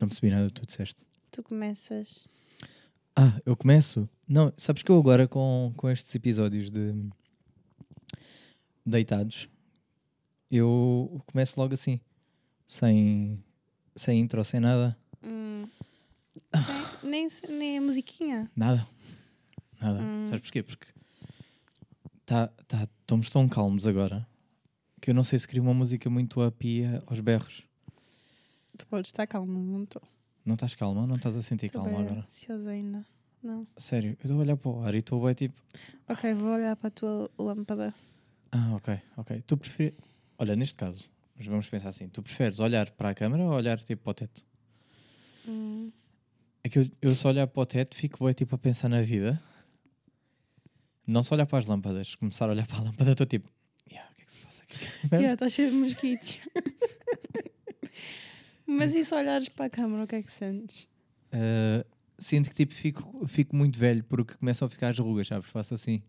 Não percebi nada do que tu disseste. Tu começas. Ah, eu começo? Não, sabes que eu agora com, com estes episódios de deitados, eu começo logo assim, sem, sem intro, sem nada. Hum, sem- nem, se- nem a musiquinha. Nada. Nada. Sabes porquê? Porque tá, tá, estamos tão calmos agora que eu não sei se queria uma música muito apia aos berros. Tu podes estar calmo, não estou. Não estás calma? Não estás a sentir Estou calma bem agora? ansiosa ainda. Não. Sério, eu estou a olhar para o ar e estou bem tipo. Ok, vou olhar para a tua lâmpada. Ah, ok, ok. Tu preferes. Olha, neste caso, mas vamos pensar assim: tu preferes olhar para a câmara ou olhar tipo para o teto? Hum, É que eu, eu só olhar para o teto fico bem tipo a pensar na vida. Não só olhar para as lâmpadas, começar a olhar para a lâmpada, estou tipo, "Ya, o que é que se passa aqui? yeah, está cheio de mosquitos. Mas e se olhares para a câmara, o que é que sentes? Ah, sinto que tipo fico, fico muito velho porque começam a ficar as rugas, sabes? Faço assim.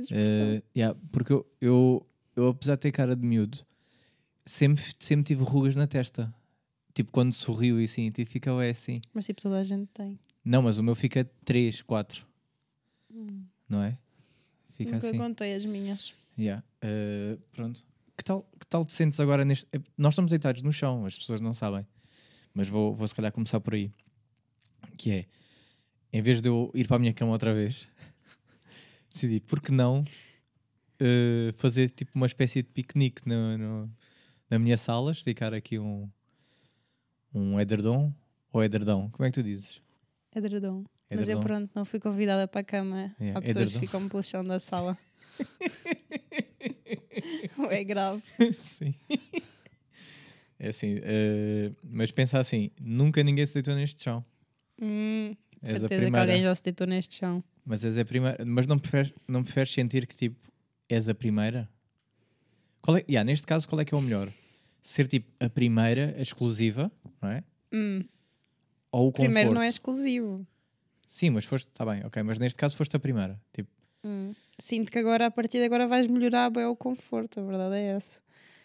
Expressão. Eh, yeah, porque eu, eu, eu, apesar de ter cara de miúdo, sempre, sempre tive rugas na testa. Tipo, quando sorriu e assim, tipo, fica é assim. Mas tipo, toda a gente tem. Não, mas o meu fica 3, 4. Não é? Fica Hum. Nunca assim. contei as minhas. Yeah. Eh, pronto. Que tal, que tal te sentes agora neste. eh, Nós estamos deitados no chão, as pessoas não sabem. Mas vou, vou se calhar começar por aí. Que é. Em vez de eu ir para a minha cama outra vez, decidi, por que não eh, fazer tipo uma espécie de piquenique no, no- na minha sala, esticar aqui um. Um edredom ou edredão? Como é que tu dizes? Edredom. É Mas eu Edredom. pronto, não fui convidada para a cama. É Yeah, é Há pessoas edredom. que ficam pelo chão da sala. é grave. Sim. É assim, eh, mas pensa assim, nunca ninguém se deitou neste chão. Hum, És de a certeza que primeira. alguém já se deitou neste chão. Mas és a primeira, mas não preferes, não preferes sentir que tipo és a primeira? Qual é, yeah, neste caso, qual é que é o melhor? Ser tipo a primeira, a exclusiva, não é? Hum, Ou o conforto? primeiro não é exclusivo. Sim, mas foste, está bem, ok, mas neste caso foste a primeira. Tipo, Hum. Sinto que agora, a partir de agora, vais melhorar bem o conforto. A verdade é essa.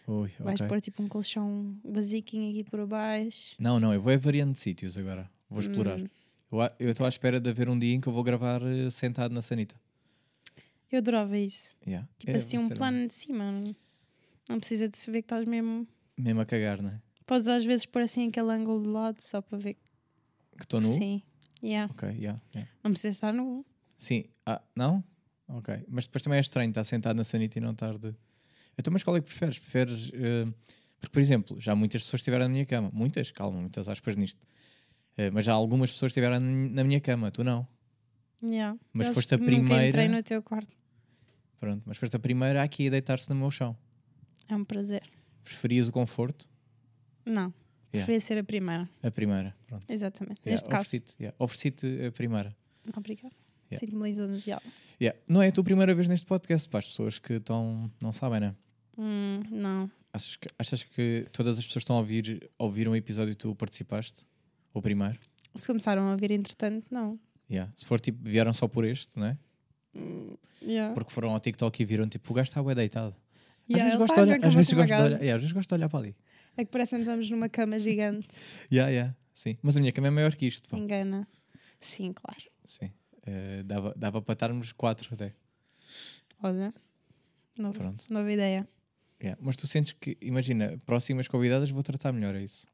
ui, Vais ok. pôr tipo um colchão basiquinho aqui por baixo. Não, não, eu vou é variando de sítios agora, vou explorar. Hum. Eu a- Eu estou à espera de haver um dia em que eu vou gravar eh, sentado na sanita. Eu adorava isso. Yeah. Tipo É, assim, vai um ser plano de cima. Não, não precisa de se ver que estás mesmo. Mesmo a cagar, não é? Podes às vezes pôr assim aquele ângulo de lado só para ver. Que estou nu? Sim. Yeah. Ok, yeah, yeah. Não precisa estar nu. Sim. Ah, não? Ok. Mas depois também é estranho estar sentado na sanita e não estar de... Então, mas qual é que preferes? Preferes... eh, Porque, por exemplo, já muitas pessoas estiveram na minha cama. Muitas, calma, muitas aspas nisto. Eh, mas já algumas pessoas estiveram na minha cama, tu não. Yeah. Mas Eles foste a Nunca entrei primeira- no teu quarto. Pronto, mas foste a primeira aqui a deitar-se no meu chão. É um prazer. Preferias o conforto? Não. Preferia ser a primeira. A primeira, pronto. Exatamente. Yeah, Neste caso. ofereci-te, yeah, ofereci-te a primeira. Obrigada. Yeah. Sinto-me lisonjeada. Yeah. Não é a tua primeira vez neste podcast, para as pessoas que estão... não sabem, né? Hum, não. Achas que, achas que todas as pessoas que estão a ouvir, ouviram um episódio e tu participaste? O primeiro? Se começaram a ouvir, entretanto, não. Yeah. Se for tipo, vieram só por este, não é? Hum, Yeah. Porque foram ao TikTok e viram tipo, o gajo está bem deitado. Ah. às vezes Yeah, ele gosto tá de olhar, na às cama vezes com uma gosto de olhar, gaja. yeah, às vezes gosto de olhar para ali. É que parece que estamos numa cama gigante. Yeah, yeah. Sim. Mas a minha cama é maior que isto. pá. Engana. Sim, claro. Sim. Eh, dava, dava para estarmos quatro até. Olha. Nova, Pronto. nova ideia. Yeah. Mas tu sentes que, imagina, próximas convidadas vou tratar melhor, é isso?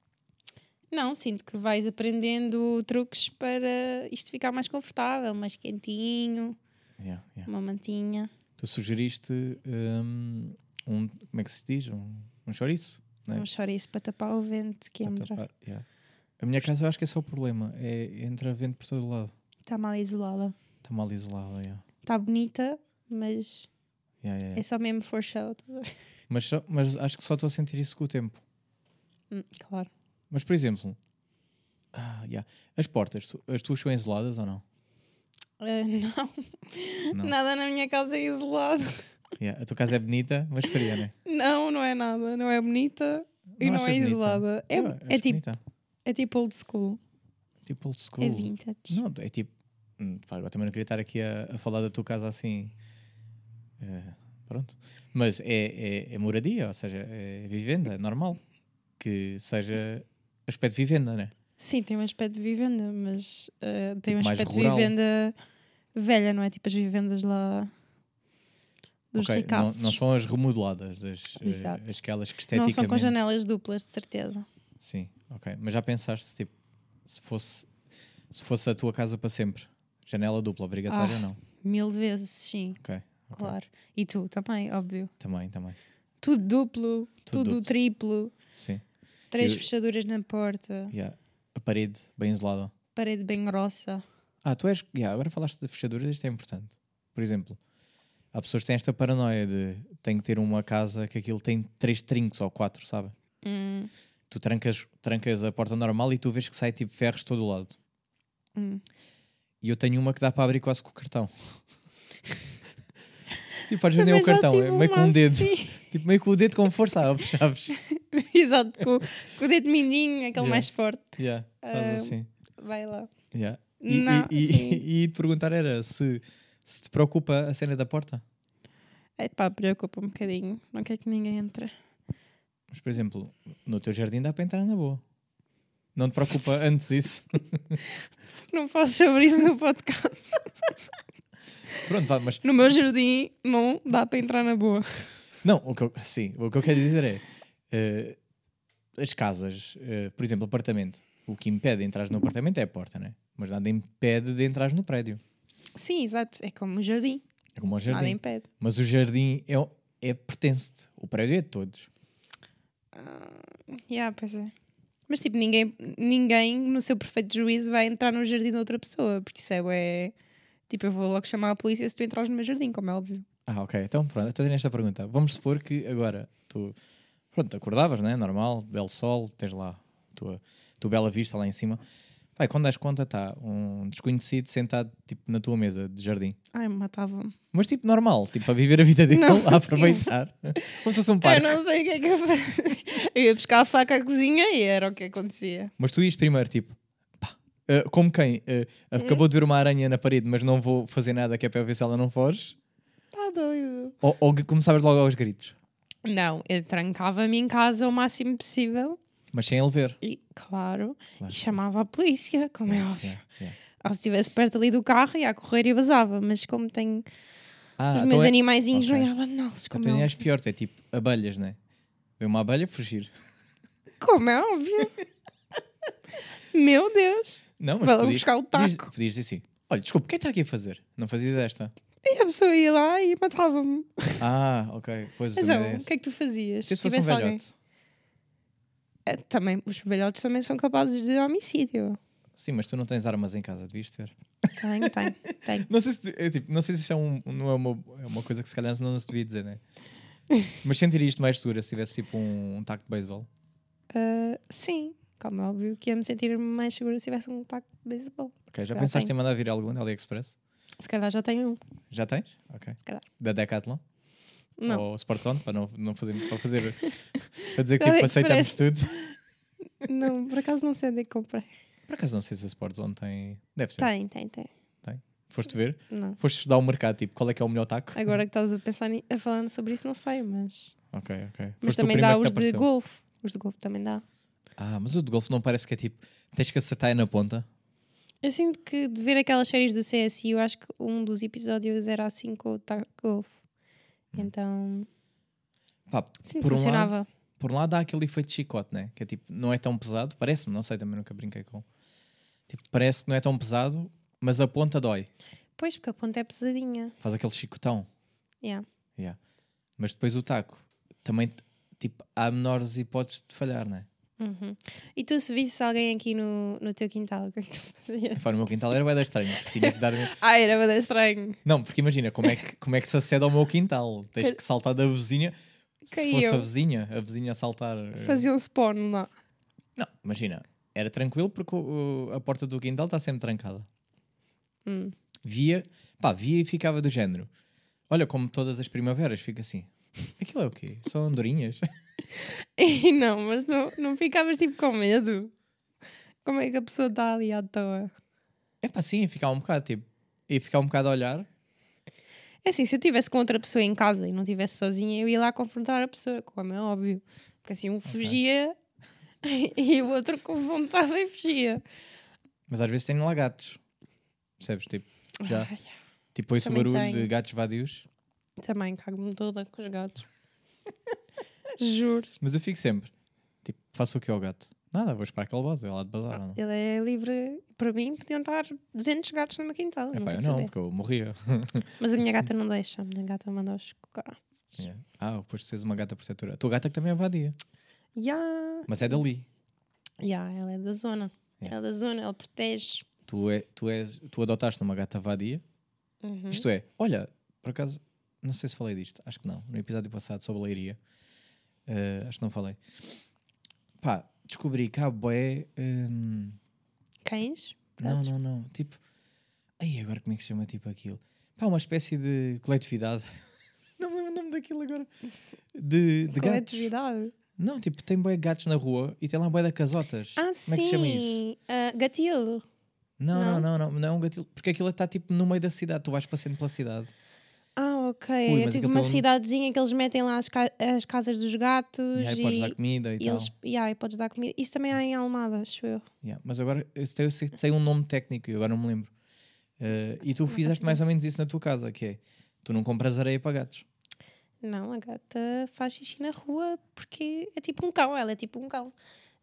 Não, sinto que vais aprendendo truques para isto ficar mais confortável, mais quentinho, Yeah, yeah. uma mantinha. Tu sugeriste hum, um, como é que se diz? Um, um chouriço? Não é? Um chouriço para tapar o vento que Para entra. tapar, yeah. A minha casa eu acho que esse é só o problema. É, entra vento por todo lado. Está mal isolada. Está mal isolada. yeah. Está bonita, mas Yeah, yeah, yeah. é só mesmo for show. tá a ver? Mas, só- mas acho que só estou a sentir isso com o tempo. Hum, claro. Mas, por exemplo, ah, yeah. as portas, tu- as tuas são isoladas ou não? Ah, Não. não. Nada na minha casa é isolado. Yeah. A tua casa é bonita, mas fria, né? Não, não é nada. Não é bonita e não achas é bonita? isolada. É, Eu acho é, tipo, bonita. é tipo old school. Tipo old É school. vintage. Não, é tipo. hum, pá, agora também não queria estar aqui a, a falar da tua casa assim. eh, pronto. Mas é, é- é moradia, ou seja, é vivenda, é normal. Que seja aspecto de vivenda, né? Sim, tem um aspecto de vivenda, mas eh, tem um Tipo, mais aspecto rural. de vivenda velha, não é? Tipo as vivendas lá dos Ok, não, ricaços. não são as remodeladas, as, eh, Exato. as aquelas que Não esteticamente... são com janelas duplas, de certeza. Sim, ok. Mas já pensaste, tipo, se fosse, se fosse a tua casa para sempre, janela dupla, obrigatória ou não? Mil vezes, sim, Ok, ok. Ah, claro. E tu também, óbvio. Também, também. Tudo duplo, Tudo tudo, triplo, Sim, três Eu- fechaduras na porta, yeah. A parede bem isolada. parede bem grossa. Ah, tu és... Yeah, agora falaste de fechaduras, isto é importante. Por exemplo, há pessoas que têm esta paranoia de tenho que ter uma casa que aquilo tem três trincos ou quatro, sabe? Hum, Tu trancas, trancas a porta normal e tu vês que sai tipo ferros de todo o lado. hum. E eu tenho uma que dá para abrir quase com o cartão. tipo, às vezes nem é o Também já cartão, tive é meio com um uma dedo. assim. Tipo, meio com o dedo com força abres, sabes? Exato, com, com o dedo mindinho, aquele Yeah. mais forte. Yeah, faz Ah, assim. Vai lá. Yeah. E, Não, assim. e, e- sim. e te perguntar era se, se te preocupa a cena da porta. Epá, preocupa um bocadinho. Não quer que ninguém entre. Mas, por exemplo, no teu jardim dá para entrar na boa. Não te preocupa antes isso. Não falo sobre isso no podcast. Pronto, vá, mas. No meu jardim não dá para entrar na boa. Não, o que eu, sim, o que eu quero dizer é. eh, as casas, eh, por exemplo, apartamento. O que impede de entrar no apartamento é a porta, né? Mas nada impede de entrar no prédio. Sim, exato. É como o jardim. É como o Nada jardim. impede. Mas o jardim é, o- é pertence-te. O prédio é de todos. Yeah, pois é. Mas tipo, ninguém, ninguém no seu perfeito juízo vai entrar no jardim de outra pessoa. Porque isso é bué- Tipo, eu vou logo chamar a polícia se tu entrares no meu jardim, como é óbvio. Ah, ok. Então, pronto. Estou a esta pergunta. Vamos supor que agora tu... Pronto, acordavas, né? Normal, belo sol, tens lá a tua, tua bela vista lá em cima. Pai, quando das conta, está um desconhecido sentado, tipo, na tua mesa de jardim. Ai, matava-me. Mas, tipo, normal. Tipo, a viver a vida dele, Não, a aproveitar. Como se fosse um Eu parque. não sei o que é que eu fazia. Eu ia buscar a faca à cozinha e era o que acontecia. Mas tu ias primeiro, tipo... pá, eh, como quem eh, Hum? acabou de ver uma aranha na parede, mas não vou fazer nada que é para ver se ela não foge. Tá doido. Ou, ou começavas logo aos gritos. Não, eu trancava-me em casa o máximo possível. Mas sem ele ver. E, claro, Claro. e chamava a polícia, como é Ah, óbvio. Yeah, yeah. Ou se estivesse perto ali do carro, ia a correr e basava. Mas como tenho Ah, os então meus é- animaizinhos, ok. não ia abandoná-los. Como, Então é nem óbvio. és pior, tu é tipo abelhas, né? Vê uma abelha fugir. como é óbvio. Meu Deus. Não, mas Vai lá podias- buscar o podias- taco. Podias dizer assim: olha, desculpa, o que é que está aqui a fazer? Não fazias esta. E a pessoa ia lá e matava-me. Ah, ok, pois o Mas também é não, o esse. que é que tu fazias? Se isso fosse um velhote. Eh, Também, os velhotes também são capazes de homicídio. Sim, mas tu não tens armas em casa, devias ter. Tenho, tenho, tenho. Não sei se, tu- é, tipo, não sei se isso é, um, não é, uma, é uma coisa que se calhar não se devia dizer, né? Mas sentirias isto mais segura se tivesse tipo um, um taco de beisebol? Ah, sim, como é óbvio que ia me sentir mais segura se tivesse um taco de beisebol. Ok, já Se calhar pensaste em tenho. mandar vir algum da AliExpress? Se calhar já tenho um. Já tens? Ok. Se calhar. Da Decathlon? Não. Ou Sporton? Para não, não fazer. Para, fazer, para dizer que tipo, AliExpress. aceitamos tudo. Não, por acaso não sei onde é que comprei. Por acaso não sei se a Sports On tem. Deve ter. Tem, tem, tem. Foste ver? Não. Foste estudar o mercado, tipo, qual é que é o melhor taco? Agora que estás a pensar em, a falar sobre isso, não sei, mas. Ok, ok. Mas Foste o também primeiro que dá te os de apareceu. golfe. Os de golfe também dá. Ah, mas o de golfe não parece que é tipo. Tens que acertar aí na ponta. Eu sinto que de ver aquelas séries do CSI, eu acho que um dos episódios era assim com o taco de golfe. Então. Pá, Sim, por um, lado, funcionava. por um lado dá aquele efeito chicote, né? Que é tipo, não é tão pesado. Parece-me, não sei, também nunca brinquei com. Tipo, parece que não é tão pesado, mas a ponta dói. Pois, porque a ponta é pesadinha. Faz aquele chicotão. Yeah. Yeah. Mas depois o taco. Também, tipo, há menores hipóteses de falhar, né? Uhum. E tu, se visse alguém aqui no, no teu quintal, o que é que tu fazias? Pá, no meu quintal era bué da estranho. Tinha que dar. um- Ai, era bem estranho. Não, porque imagina, como é que, como é que se acede ao meu quintal? Tens que saltar da vizinha. Se fosse a Caiu. vizinha, a vizinha a saltar. eh, Fazia um spawn lá. Não, imagina, era tranquilo porque o- o- a porta do quintal está sempre trancada. Hum. Via, pá, via e ficava do género. Olha, como todas as primaveras, fica assim. Aquilo é o quê? São andorinhas? E não, mas não, não ficavas tipo com medo? Como é que a pessoa está ali à toa? É pá, sim, ia ficar um bocado, tipo, ia ficar um bocado a olhar. É assim, se eu estivesse com outra pessoa em casa e não estivesse sozinha, eu ia lá confrontar a pessoa, como é óbvio. Porque assim, um fugia, e o outro com vontade e fugia. Mas às vezes tem lá gatos. Percebes? Tipo, já. Ai, Tipo, esse Também barulho tenho. de gatos vadios. também cago-me toda com os gatos. Juro. Mas eu fico sempre. Tipo, faço o que ao gato? Nada, vou esperar que ele bote, é lá de bazar. não? Ele é livre. Para mim, podiam estar 200 gatos numa quintal. É não pá, quero eu não, saber. porque eu morria. Mas a minha gata não deixa. A minha gata manda aos coraços. Yeah. Ah, depois de seres uma gata protetora. A tua gata que também é vadia. Yeah. Mas é dali. Yeah, ela é da zona. Yeah. Ela é da zona, ela protege. Tu, é, tu, és, tu adotaste uma gata vadia. Uhum. Isto é, olha, por acaso, não sei se falei disto, acho que não, no episódio passado sobre leiria, Eh, acho que não falei. Pá, descobri que há hum, boé. Cães? não, Gatos? não, não, tipo. Aí agora como é que se chama tipo aquilo? Pá, uma espécie de coletividade. não me lembro o nome daquilo agora. De, de gatos. Coletividade. Não, tipo, tem boé gatos na rua e tem lá boé da casotas. Ah, como sim. é que se chama isso? Ah, gatilho. Não, não, Não? não, não, não, é um gatilho. Porque aquilo está tipo no meio da cidade, tu vais passando pela cidade. Ah, ok. Ui, é mas tipo aquilo uma tem um- cidadezinha que eles metem lá as, ca- as casas dos gatos. E aí podes dar comida e, e tal. eles, yeah, e podes dar comida. Isso também há em Almada, acho eu. Yeah, mas agora esse tem, eu sei que tem um nome técnico e agora não me lembro. Eh, e tu faço fizeste mais ou menos isso na tua casa, que é tu não compras areia para gatos. Não, a gata faz xixi na rua porque é tipo um cão, ela é tipo um cão.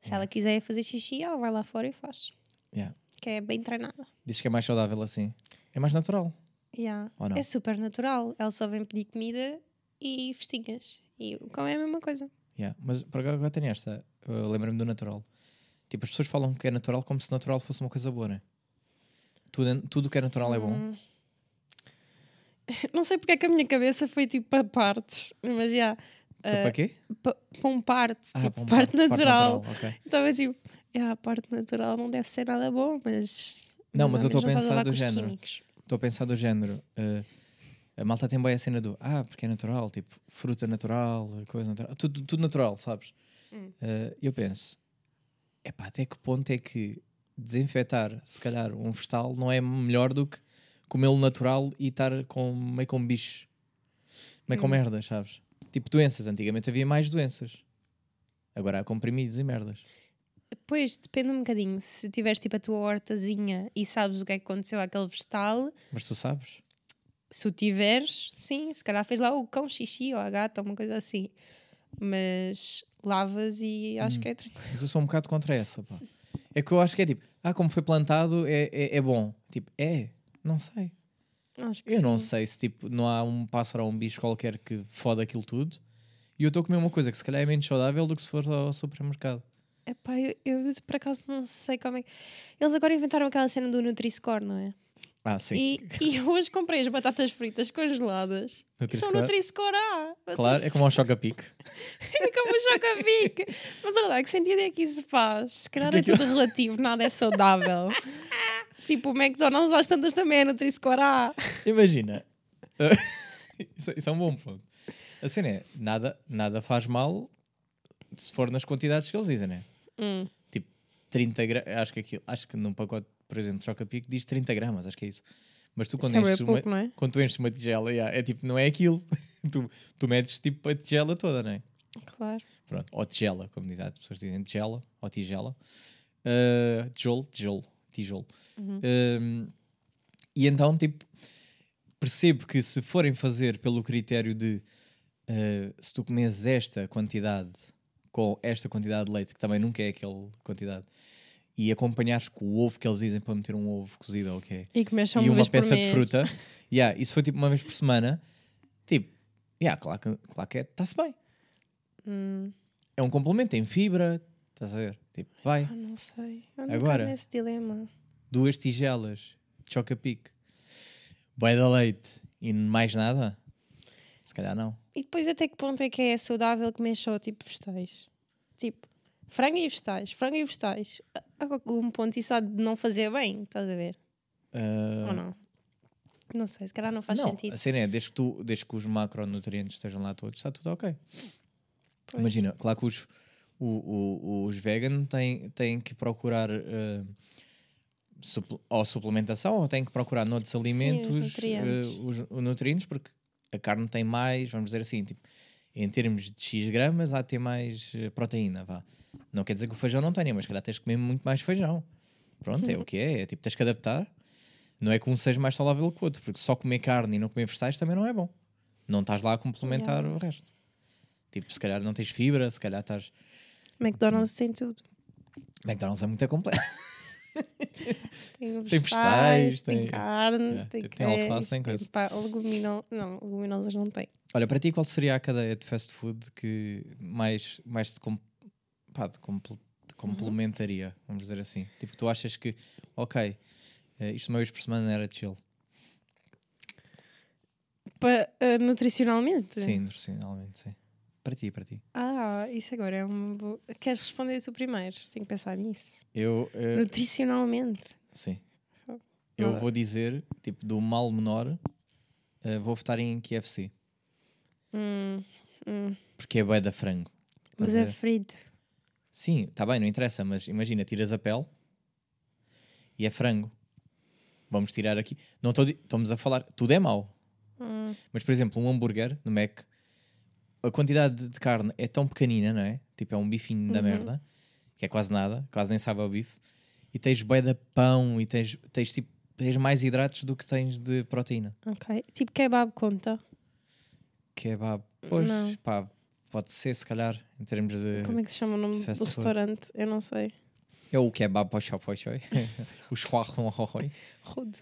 Se ela quiser fazer xixi, ela vai lá fora e faz. Yeah. Que é bem treinada. Dizes que é mais saudável assim. É mais natural. Yeah. Ou não? É super natural. Ela só vem pedir comida e festinhas. E o cão é a mesma coisa. Yeah. Mas por agora, agora tenho esta. Eu Lembro-me do natural. Tipo, as pessoas falam que é natural como se natural fosse uma coisa boa, né? Tudo, é- tudo que é natural é bom. Hum. Não sei porque é que a minha cabeça foi tipo para partes, mas já. Foi eh, para quê? pa- para um parte, Ah, tipo, para um parte, natural. ok. Estava tipo, "Ah, a parte natural não deve ser nada bom, mas. Não, mas ao eu estou a menos não estás pensar lá do com os género. químicos." Estou a pensar do género. eh, a malta tem bem a cena do ah, porque é natural, tipo, fruta natural, coisa natural, tudo, tudo natural, sabes? Hum. Eh, eu penso, epá, até que ponto é que desinfetar, se calhar, um vegetal não é melhor do que comê-lo natural e estar com, meio com bicho, meio com Hum. merdas, sabes? Tipo doenças, antigamente havia mais doenças. Agora há comprimidos e merdas. Pois, depende um bocadinho. Se tiveres tipo a tua hortazinha e sabes o que é que aconteceu àquele vegetal, Mas tu sabes? se o tiveres, sim, se calhar fez lá o cão xixi ou a gata, uma coisa assim. Mas lavas e acho que é tranquilo. Mas eu sou um bocado contra essa, pá. É que eu acho que é tipo, ah, como foi plantado é, é, é bom. Tipo, é? Não sei. Acho que Eu não sim. sei se tipo, não há um pássaro ou um bicho qualquer que foda aquilo tudo. E eu estou a comer uma coisa que se calhar é menos saudável do que se for ao supermercado. Epá, eu, eu por acaso não sei como é que. Eles agora inventaram aquela cena do Nutri-Score, não é? Ah, sim. E, e eu hoje comprei as batatas fritas congeladas. Que são Nutri-Score A. What the Claro, é como um choca-pique. É como o Chocapic. Mas olha lá, que sentido é que isso faz? Se calhar Porque é tudo relativo, nada é saudável. tipo, o McDonald's às tantas também é Nutri-Score A. Imagina. isso, isso é um bom ponto. A cena é, nada, nada faz mal se for nas quantidades que eles dizem, né? Hum. tipo 30 gramas, acho que aquilo, acho que num pacote, por exemplo, de choca-pico diz 30 gramas, acho que é isso. Mas tu quando Isso é bué enches, uma, pouco, não é? quando tu enches uma tigela, yeah, é tipo, não é aquilo. tu, tu medes tipo a tigela toda, não é? Claro. Pronto, ou tigela, como dizem, as pessoas dizem tigela ou tigela. Uh, tijolo, tijolo, tijolo. Um, e então, tipo, percebo que se forem fazer pelo critério de uh, se tu comes esta quantidade com esta quantidade de leite, que também nunca é aquela quantidade, e acompanhares com o ovo que eles dizem para meter um ovo cozido ou o que é E comer só e uma uma, vez por peça de mês. fruta. Yeah, isso foi tipo uma vez por semana. Tipo, yeah, claro que está-se bem. Hum, É um complemento, tem fibra, estás a ver? Tipo, vai, ah, não sei. Eu nunca Agora. ando nesse dilema. duas tigelas, choca-pique, bué da leite e mais nada? Se calhar não. E depois até que ponto é que é saudável comer só tipo vegetais? Tipo, frango e vegetais, frango e vegetais. Há algum ponto isso há de não fazer bem, estás a ver? Ah, Ou não? Não sei, se calhar não faz não, sentido. a cena é, desde que, tu, desde que os macronutrientes estejam lá todos, está tudo ok. Pois. Imagina, claro que os, o, o- os vegan têm, têm que procurar eh, suple- ou suplementação ou têm que procurar noutros os alimentos eh, nutrientes. os os nutrientes, porque a carne tem mais, vamos dizer assim, tipo, em termos de X gramas, há de ter mais eh, proteína, vá. Não quer dizer que o feijão não tenha, mas se calhar tens de comer muito mais feijão. Pronto, é o que é. É tipo, tens que adaptar. Não é que um seja mais saudável que o outro, porque só comer carne e não comer vegetais também não é bom. Não estás lá a complementar o resto. Tipo, se calhar não tens fibra, se calhar estás. McDonald's tem tudo. McDonald's é muito completo. Tem Tem vegetais, vegetais, tem, tem- carne, Yeah, tem, tem- queijo, tem alface, tem coisa. pá, legumino- Não, leguminosas não tem. Olha, para ti, qual seria a cadeia de fast food que mais, mais te, com- pá, te comple- te complementaria, vamos dizer assim? Tipo, tu achas que, ok, eh, isto uma vez por semana era chill. Pa- ah, nutricionalmente? Sim, nutricionalmente, sim. Para ti, para ti. Ah, isso agora é uma boa. Queres responder tu primeiro? Tenho que pensar nisso. Eu, eh, Nutricionalmente. sim. Eu Ah. vou dizer, tipo, do mal menor, eh, vou votar em KFC. Hum, hum. Porque é bué da frango. Mas Estás a é ver? frito. Sim, está bem, não interessa, mas imagina, tiras a pele e é frango. Vamos tirar aqui. Não tô, di- estamos a falar, tudo é mau. Hum. Mas, por exemplo, um hambúrguer no Mac, a quantidade de- de carne é tão pequenina, não é? Tipo, é um bifinho Uhum. da merda, que é quase nada, quase nem sabe ao bife. E tens bué de pão e tens, tens, tipo, tens mais hidratos do que tens de proteína. Ok. Tipo kebab conta. Kebab, é pois, Não. pá, pode ser, se calhar, em termos de... Como é que se chama o nome Fast do food. restaurante? Eu não sei. É o kebab, pois, pois, pois, o chuarro, Rude.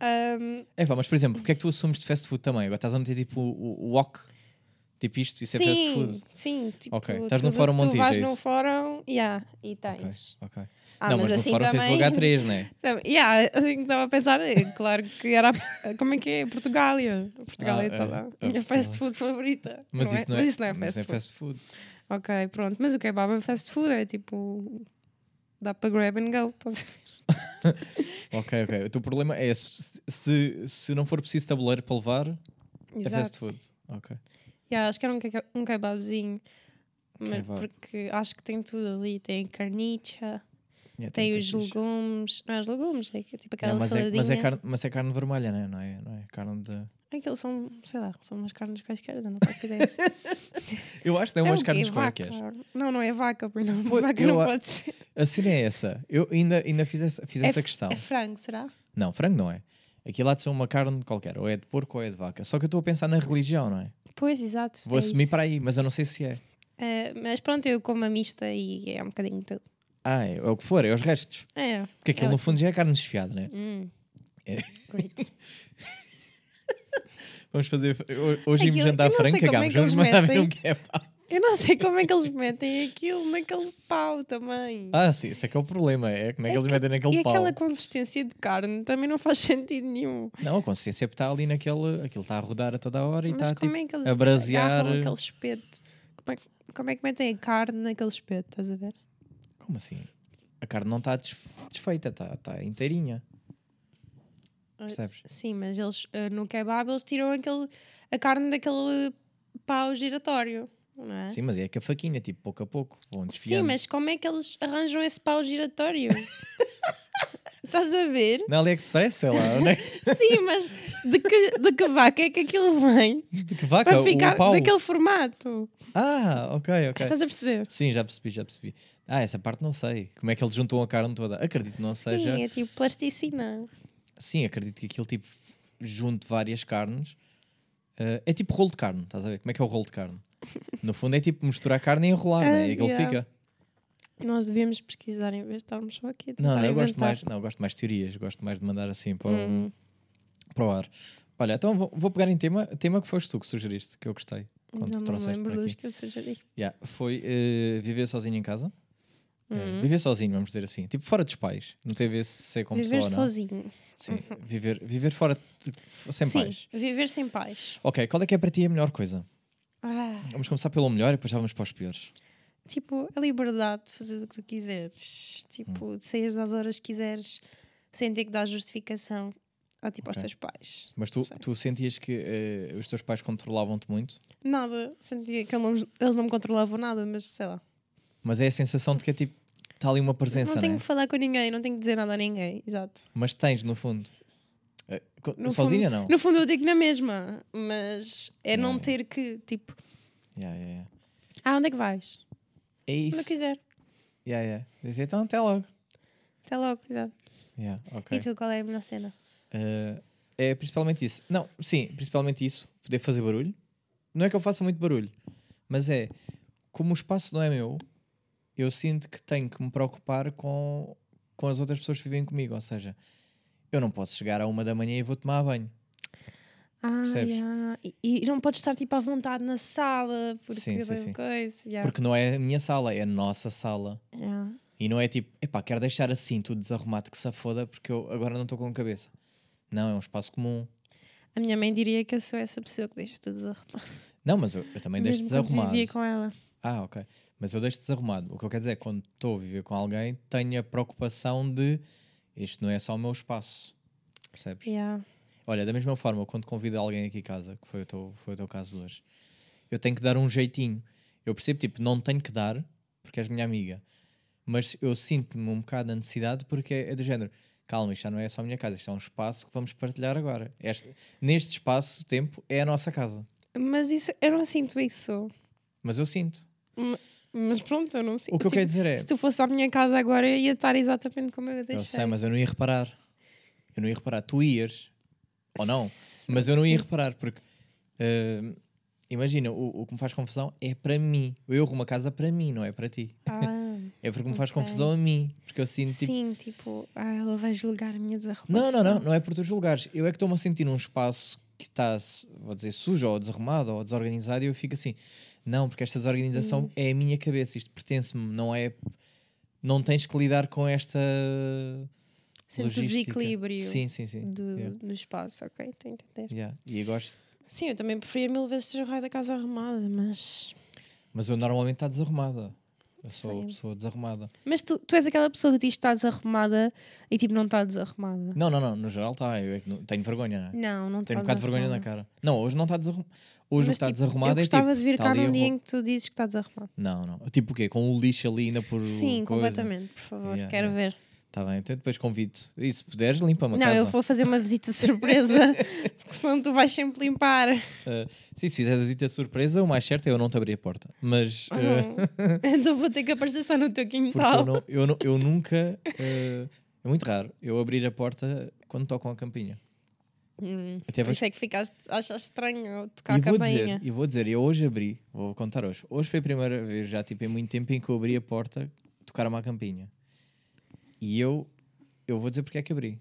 Ahm, É pá, mas por exemplo, o que é que tu assumes de fast food também? Agora estás a meter tipo o, o wok, tipo isto, isso é fast food. Sim, tipo, Ok. Estás num tudo fórum que tu Montijo, vais é num isso? fórum, yeah, e Ok, tens. ok. É Ah, não, mas, no fórum tens lugar 3, não é? Tam- yeah, assim que estava a pensar, é claro que era, como é que é, Portugália. Portugália Ah, está é. lá, É minha fast Portugal. food favorita. Mas, é? isso não é, mas isso não é mas fast food. food. Ok, pronto, mas o kebab é fast food, é tipo, dá para grab and go, estás a ver? Ok, ok. O teu problema é se, se, se não for preciso tabuleiro para levar, é fast food. Ok. Yeah, acho que era um, keca- um kebabzinho. Mas Kebab. porque acho que tem tudo ali. Tem carnicha, Yeah, tem, que os ter fixe. legumes. Não é os legumes, é que- tipo aquela Yeah, mas, é, saladinha. mas, é carne, mas é carne vermelha, não é? Não é, não é carne de... Aquilo são, sei lá, são umas carnes quaisquer, eu não faço ideia. Eu acho que não é umas o quê? carnes Vaca? qualquer. Não, não é vaca, porque não, Pois, vaca eu não a- pode ser. A cena é essa. Eu ainda, ainda fiz essa, fiz É essa f- questão. É frango, será? Não, frango não é. Aquilo há de ser uma carne qualquer, ou é de porco ou é de vaca. Só que eu estou a pensar na religião, não é? Pois, exato. Vou é assumir isso. para aí, mas eu não sei se é. É, mas pronto, eu como a mista e é um bocadinho de tudo. Ah, é, é o que for, é os restos. É. Porque aquilo É no fundo já é carne desfiada, né? Hum. É. Great. Vamos fazer. ho- Hoje íamos Aquilo- eu jantar não frango, sei como é cagámos. que eles Vamos mandar ver metem. o que é pá. Eu não sei como é que eles metem aquilo naquele pau também. Ah, sim, isso é que é o problema. É como é que É eles que- metem E naquele pau. aquela consistência de carne também não faz sentido nenhum. Não, a consciência é porque está ali naquele. Aquilo está a rodar a toda a hora e Mas está como tipo. é que eles a brasear- agarram aquele espeto? Como é, que- como é que metem a carne naquele espeto? Estás a ver? Como assim? A carne não está des- desfeita, está está inteirinha. Percebes? Ah, Sim, mas eles eh, no kebab eles tiram aquele, a carne daquele pau giratório, não é? Sim, mas é que a faquinha, tipo, pouco a pouco. Vão Sim, desfiando. mas como é que eles arranjam esse pau giratório? Estás a ver? Na AliExpress, sei lá, onde é que- Sim, mas de que, de que vaca é que aquilo vem de que vaca, para o ficar pau. naquele formato? Ah, ok, ok. Estás a perceber? Sim, já percebi, já percebi. Ah, essa parte não sei. Como é que eles juntam a carne toda? Acredito que não seja. Sim, é tipo plasticina. Sim, acredito que aquilo tipo junte várias carnes. Ah, é tipo rolo de carne, estás a ver? Como é que é o rolo de carne? No fundo é tipo misturar carne e enrolar, não Ah, é? E aquilo yeah. fica. Nós devíamos pesquisar em vez de estarmos só aqui. a Não, tentar não, eu gosto inventar. mais, não, eu gosto mais de teorias, eu gosto mais de mandar assim para, o- Hum. para o ar. Olha, então vou, vou pegar em tema, tema que foste tu que sugeriste, que eu gostei quando Já tu me trouxeste lembro para dos aqui. que eu sugeri. Yeah, foi eh, viver sozinho em casa. Eh, Uhum. viver sozinho, vamos dizer assim. Tipo, fora dos pais. Não tem a ver se é com Viver pessoa ou não. sozinho. Sim, viver, viver fora de- f- sem Sim, pais. viver sem pais. Ok, qual é que é para ti a melhor coisa? Ah. Vamos começar pelo melhor e depois já vamos para os piores. Tipo, a liberdade de fazer o que tu quiseres. Tipo, Hum. de sair às horas que quiseres sem ter que dar justificação ao, tipo, aos Ok. teus pais. Mas tu, Sei. tu sentias que eh, os teus pais controlavam-te muito, Nada. Sentia que eles não, eles não me controlavam nada, mas sei lá. mas é a sensação de que é tipo, está ali uma presença, não não é? tenho que falar com ninguém, não tenho que dizer nada a ninguém. Exato. Mas tens, no fundo. Eh, co- No sozinha, fundo- não? No fundo, eu digo na mesma, mas é não, Não. ter que, tipo, Yeah, yeah, yeah. Ah, onde é que vais? É Quando isso. eu quiser. Yeah, yeah. Diz, então até logo. Até logo, cuidado. Yeah, ok. E tu, qual é a melhor cena? Eh, é principalmente isso. Não, sim, principalmente isso. Poder fazer barulho. Não é que eu faça muito barulho, mas é como o espaço não é meu, eu sinto que tenho que me preocupar com, com as outras pessoas que vivem comigo. Ou seja, eu não posso chegar à uma da manhã e vou tomar banho. Ah, Percebes? yeah. e, e não podes estar tipo à vontade na sala porque Sim, sim, bem sim. coisa. Yeah. Porque não é a minha sala, é a nossa sala. Yeah. E não é tipo, epá, quero deixar assim tudo desarrumado que se foda porque eu agora não estou com cabeça. Não, é um espaço comum. A minha mãe diria que eu sou essa pessoa que deixa tudo desarrumado. Não, mas eu, eu também deixo É Mesmo quando desarrumado. vivia com ela. Ah, ok. Mas eu deixo desarrumado. O que eu quero dizer é que quando estou a viver com alguém, tenho a preocupação de isto não é só o meu espaço. Percebes? Yeah. Olha, da mesma forma, quando convido alguém aqui em casa, que foi o, teu, foi o teu caso hoje, eu tenho que dar um jeitinho. Eu percebo, tipo, não tenho que dar, porque és minha amiga, mas eu sinto-me um bocado na necessidade, porque é do género. Calma, isto já não é só a minha casa, isto é um espaço que vamos partilhar agora. Este- neste espaço, tempo, é a nossa casa. Mas isso, eu não sinto isso. Mas eu sinto. Mas pronto, eu não sinto. O que eu Tipo, quero dizer é. Se tu fosse à minha casa agora, eu ia estar exatamente como eu a Eu deixei. sei, mas eu não ia reparar. Eu não ia reparar. Tu ias, ou não? S- Mas eu não ia sim. reparar, porque eh, imagina, o, o que me faz confusão é para mim. Eu arrumo a casa para mim, não é para ti. Ah, É porque me faz Ok. confusão a mim. Porque eu sinto tipo. sim, tipo, ah, ela vai julgar a minha desarrumação. Não, não, não, não é por tu julgares. Eu é que estou-me a sentir num espaço que está, vou dizer, sujo ou desarrumado ou desorganizado e eu fico assim, não, porque esta desorganização Hum. é a minha cabeça, isto pertence-me, não é. Não tens que lidar com esta. Sentes o logística. desequilíbrio Sim, sim, sim. do, Yeah. do espaço, ok? Estou a entender. Yeah, E eu gosto. Sim, eu também preferia mil vezes ter o raio da casa arrumada, mas. Mas eu normalmente está desarrumada. Eu sou Sim. a pessoa desarrumada. Mas tu, tu és aquela pessoa que diz que está desarrumada e tipo não está desarrumada. Não, não, não. No geral está. Eu é que não- tenho vergonha, não é? Não, não está. Tenho um bocado de vergonha na desarrumada. cara. Não, hoje não está desarrumada. Hoje o que Mas, está tipo, desarrumado Eu é gostava tipo. de vir tá cá ali a num dia roupa. em que tu dizes que está desarrumado. Não, não. Tipo o quê? Com o lixo ali ainda por. Sim, Uh, coisa? completamente, por favor, Yeah, quero ver. Tá bem, então depois convido-te. E se puderes, limpa-me a Não, casa. eu vou fazer uma visita surpresa, porque senão tu vais sempre limpar. Eh, Sim, se fizeres a visita de surpresa, o mais certo é eu não te abrir a porta. Mas. Ah, eh, então vou ter que aparecer só no teu Porque eu, quintal. não- eu, não- eu nunca. eh, é muito raro eu abrir a porta quando tocam a campainha. Hum, Até por vais isso é que ficaste, achas estranho eu tocar e a vou campainha. dizer, e vou dizer, eu hoje abri, vou contar hoje. Hoje foi a primeira vez, já tipo em muito tempo, em que eu abri a porta, tocaram uma campainha. E eu, eu vou dizer porque é que abri.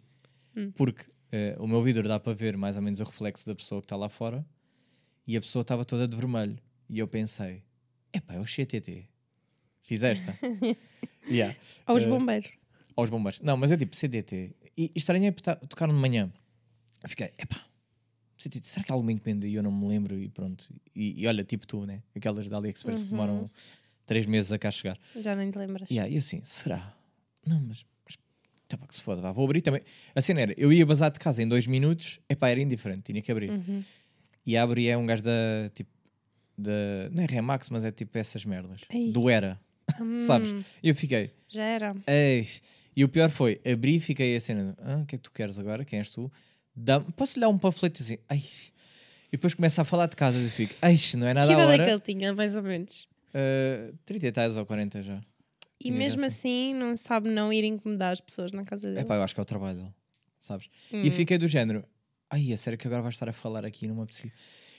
Hum. Porque eh, o meu vidro dá para ver mais ou menos o reflexo da pessoa que está lá fora e a pessoa estava toda de vermelho. E eu pensei, epá, é o CTT. Fiz esta. yeah. Aos Eh, bombeiros. aos bombeiros. Não, mas eu tipo, CDT. E e estranho é porque tá- tocaram de manhã. Eu fiquei, epá, CDT, será que há alguma encomenda? E eu não me lembro e pronto. E, e olha, tipo tu, né? Aquelas da AliExpress que demoram três meses a cá chegar. Já nem te lembras. E aí eu assim, será? Não, mas... mas tá pá, que se foda, vá, vou abrir também. A cena era, eu ia bazar de casa em dois minutos, epá, era indiferente, tinha que abrir. E abro e é um gajo da, tipo, da... Não é Remax, mas é tipo essas merdas. Ei. Do Era, sabes? E eu fiquei, Hum, Já era. Eis. E o pior foi, abri e fiquei a cena. de, Ah, o que é que tu queres agora? Quem és tu? Dá Posso lhe dar um panfleto assim? Ai. E depois começa a falar de casas e fico, ai, não é nada que a idade é que hora. ele tinha, mais ou menos? Ah, 30 e tais ou 40 já. E Tinha mesmo já, assim não sabe não ir incomodar as pessoas na casa dele. Epá, eu acho que é o trabalho dele, sabes? Hum. E fiquei do género, ai, a sério que agora vais estar a falar aqui numa psi.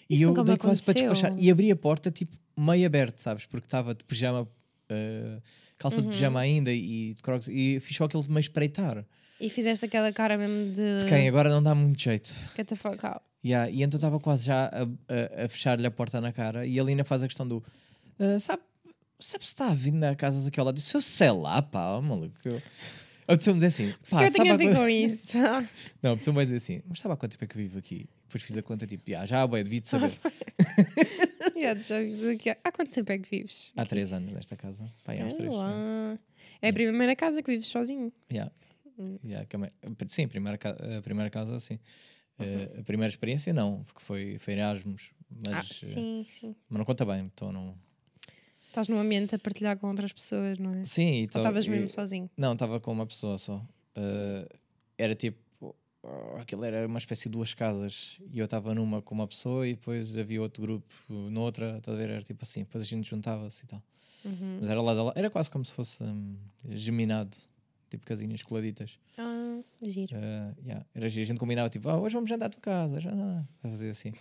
E Isso eu nunca me dei quase para aconteceu. despachar. E abri a porta, tipo, meio aberto, sabes? Porque estava de pijama, ah, calça de pijama Uhum. ainda e de crocs. E fiz só aquele de meio espreitar. E fizeste aquela cara mesmo de, De quem agora não dá muito jeito. get the fuck out. Yeah, e então estava quase já a, a- a fechar-lhe a porta na cara e ele ainda faz a questão do "Ah, sabe, sabe se está a vir na casa daqui ao lado? Disse, Eu sei lá, pá, ó, maluco. Eu, eu costumo dizer assim, O que pá, eu tenho sabe a há ver quanto... com isso? Não, a pessoa vai dizer assim, mas sabe há quanto tempo é que eu vivo aqui? Depois fiz a conta, tipo, "Ya, já, bem, devia de saber. Yeah, já vives aqui há- Há quanto tempo é que vives? Há três anos nesta casa. Pá, aí há Ah, uns Ah, três. né? lá. É a primeira casa que vives sozinho. Yeah. Yeah, que é uma- sim, a primeira, ca- a primeira casa, sim. Uhum. Eh, a primeira experiência, não, porque foi, foi Erasmus, mas, ah, eh, sim, sim. mas não conta bem, então não. Estás num ambiente a partilhar com outras pessoas, não é? Sim, e Ou tal- estavas e- mesmo sozinho? Não, estava com uma pessoa só. Uh, Ah, era tipo, oh, aquilo era uma espécie de duas casas e eu estava numa com uma pessoa e depois havia outro grupo noutra, estás a ver? Era tipo assim, depois a gente juntava-se e tal. Uhum. Mas era lá, lá, era quase como se fosse hum, geminado, tipo casinhas coladitas. Ah, giro. Ah, yeah, Era giro, a gente combinava tipo, ah, hoje vamos jantar à tua casa, já não. Estás a fazer assim.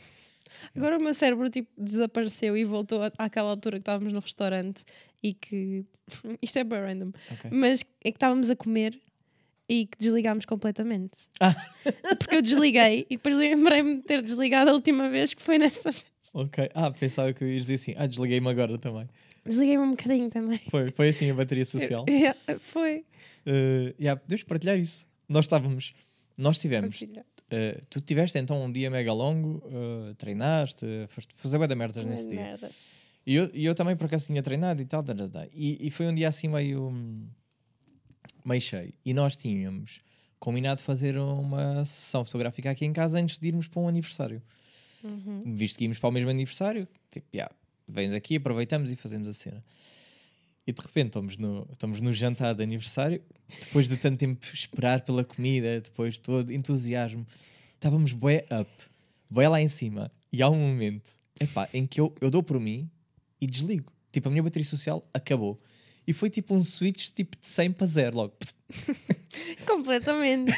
Agora o meu cérebro tipo, desapareceu e voltou à- àquela altura que estávamos no restaurante e que. Isto é bem random. Ok. Mas é que estávamos a comer e que desligámos completamente. Ah. Porque eu desliguei e depois lembrei-me de ter desligado a última vez que foi nessa. Ok. Ah, pensava que eu ia dizer assim, ah, desliguei-me agora também. Desliguei-me um bocadinho também. Foi, foi assim a bateria social. É, foi. Uh, yeah, podemos partilhar isso. Nós estávamos, nós tivemos, Partilha. uh, tu tiveste então um dia mega longo, uh, treinaste, uh, foste fazer bué da merdas nesse dia. Merdas. E eu, e eu também por acaso tinha treinado e tal, tá, tá, tá. E, e foi um dia assim meio, hum, meio cheio. E nós tínhamos combinado fazer uma sessão fotográfica aqui em casa antes de irmos para um aniversário. Visto que íamos para o mesmo aniversário, tipo, yeah, vens aqui, aproveitamos e fazemos a cena. E de repente estamos no, estamos no jantar de aniversário, depois de tanto tempo esperar pela comida, depois todo entusiasmo, estávamos bué up, bué lá em cima. E há um momento epá, em que eu, eu dou por mim e desligo. Tipo, a minha bateria social acabou. E foi tipo um switch tipo de 100 para 0 logo. é Completamente.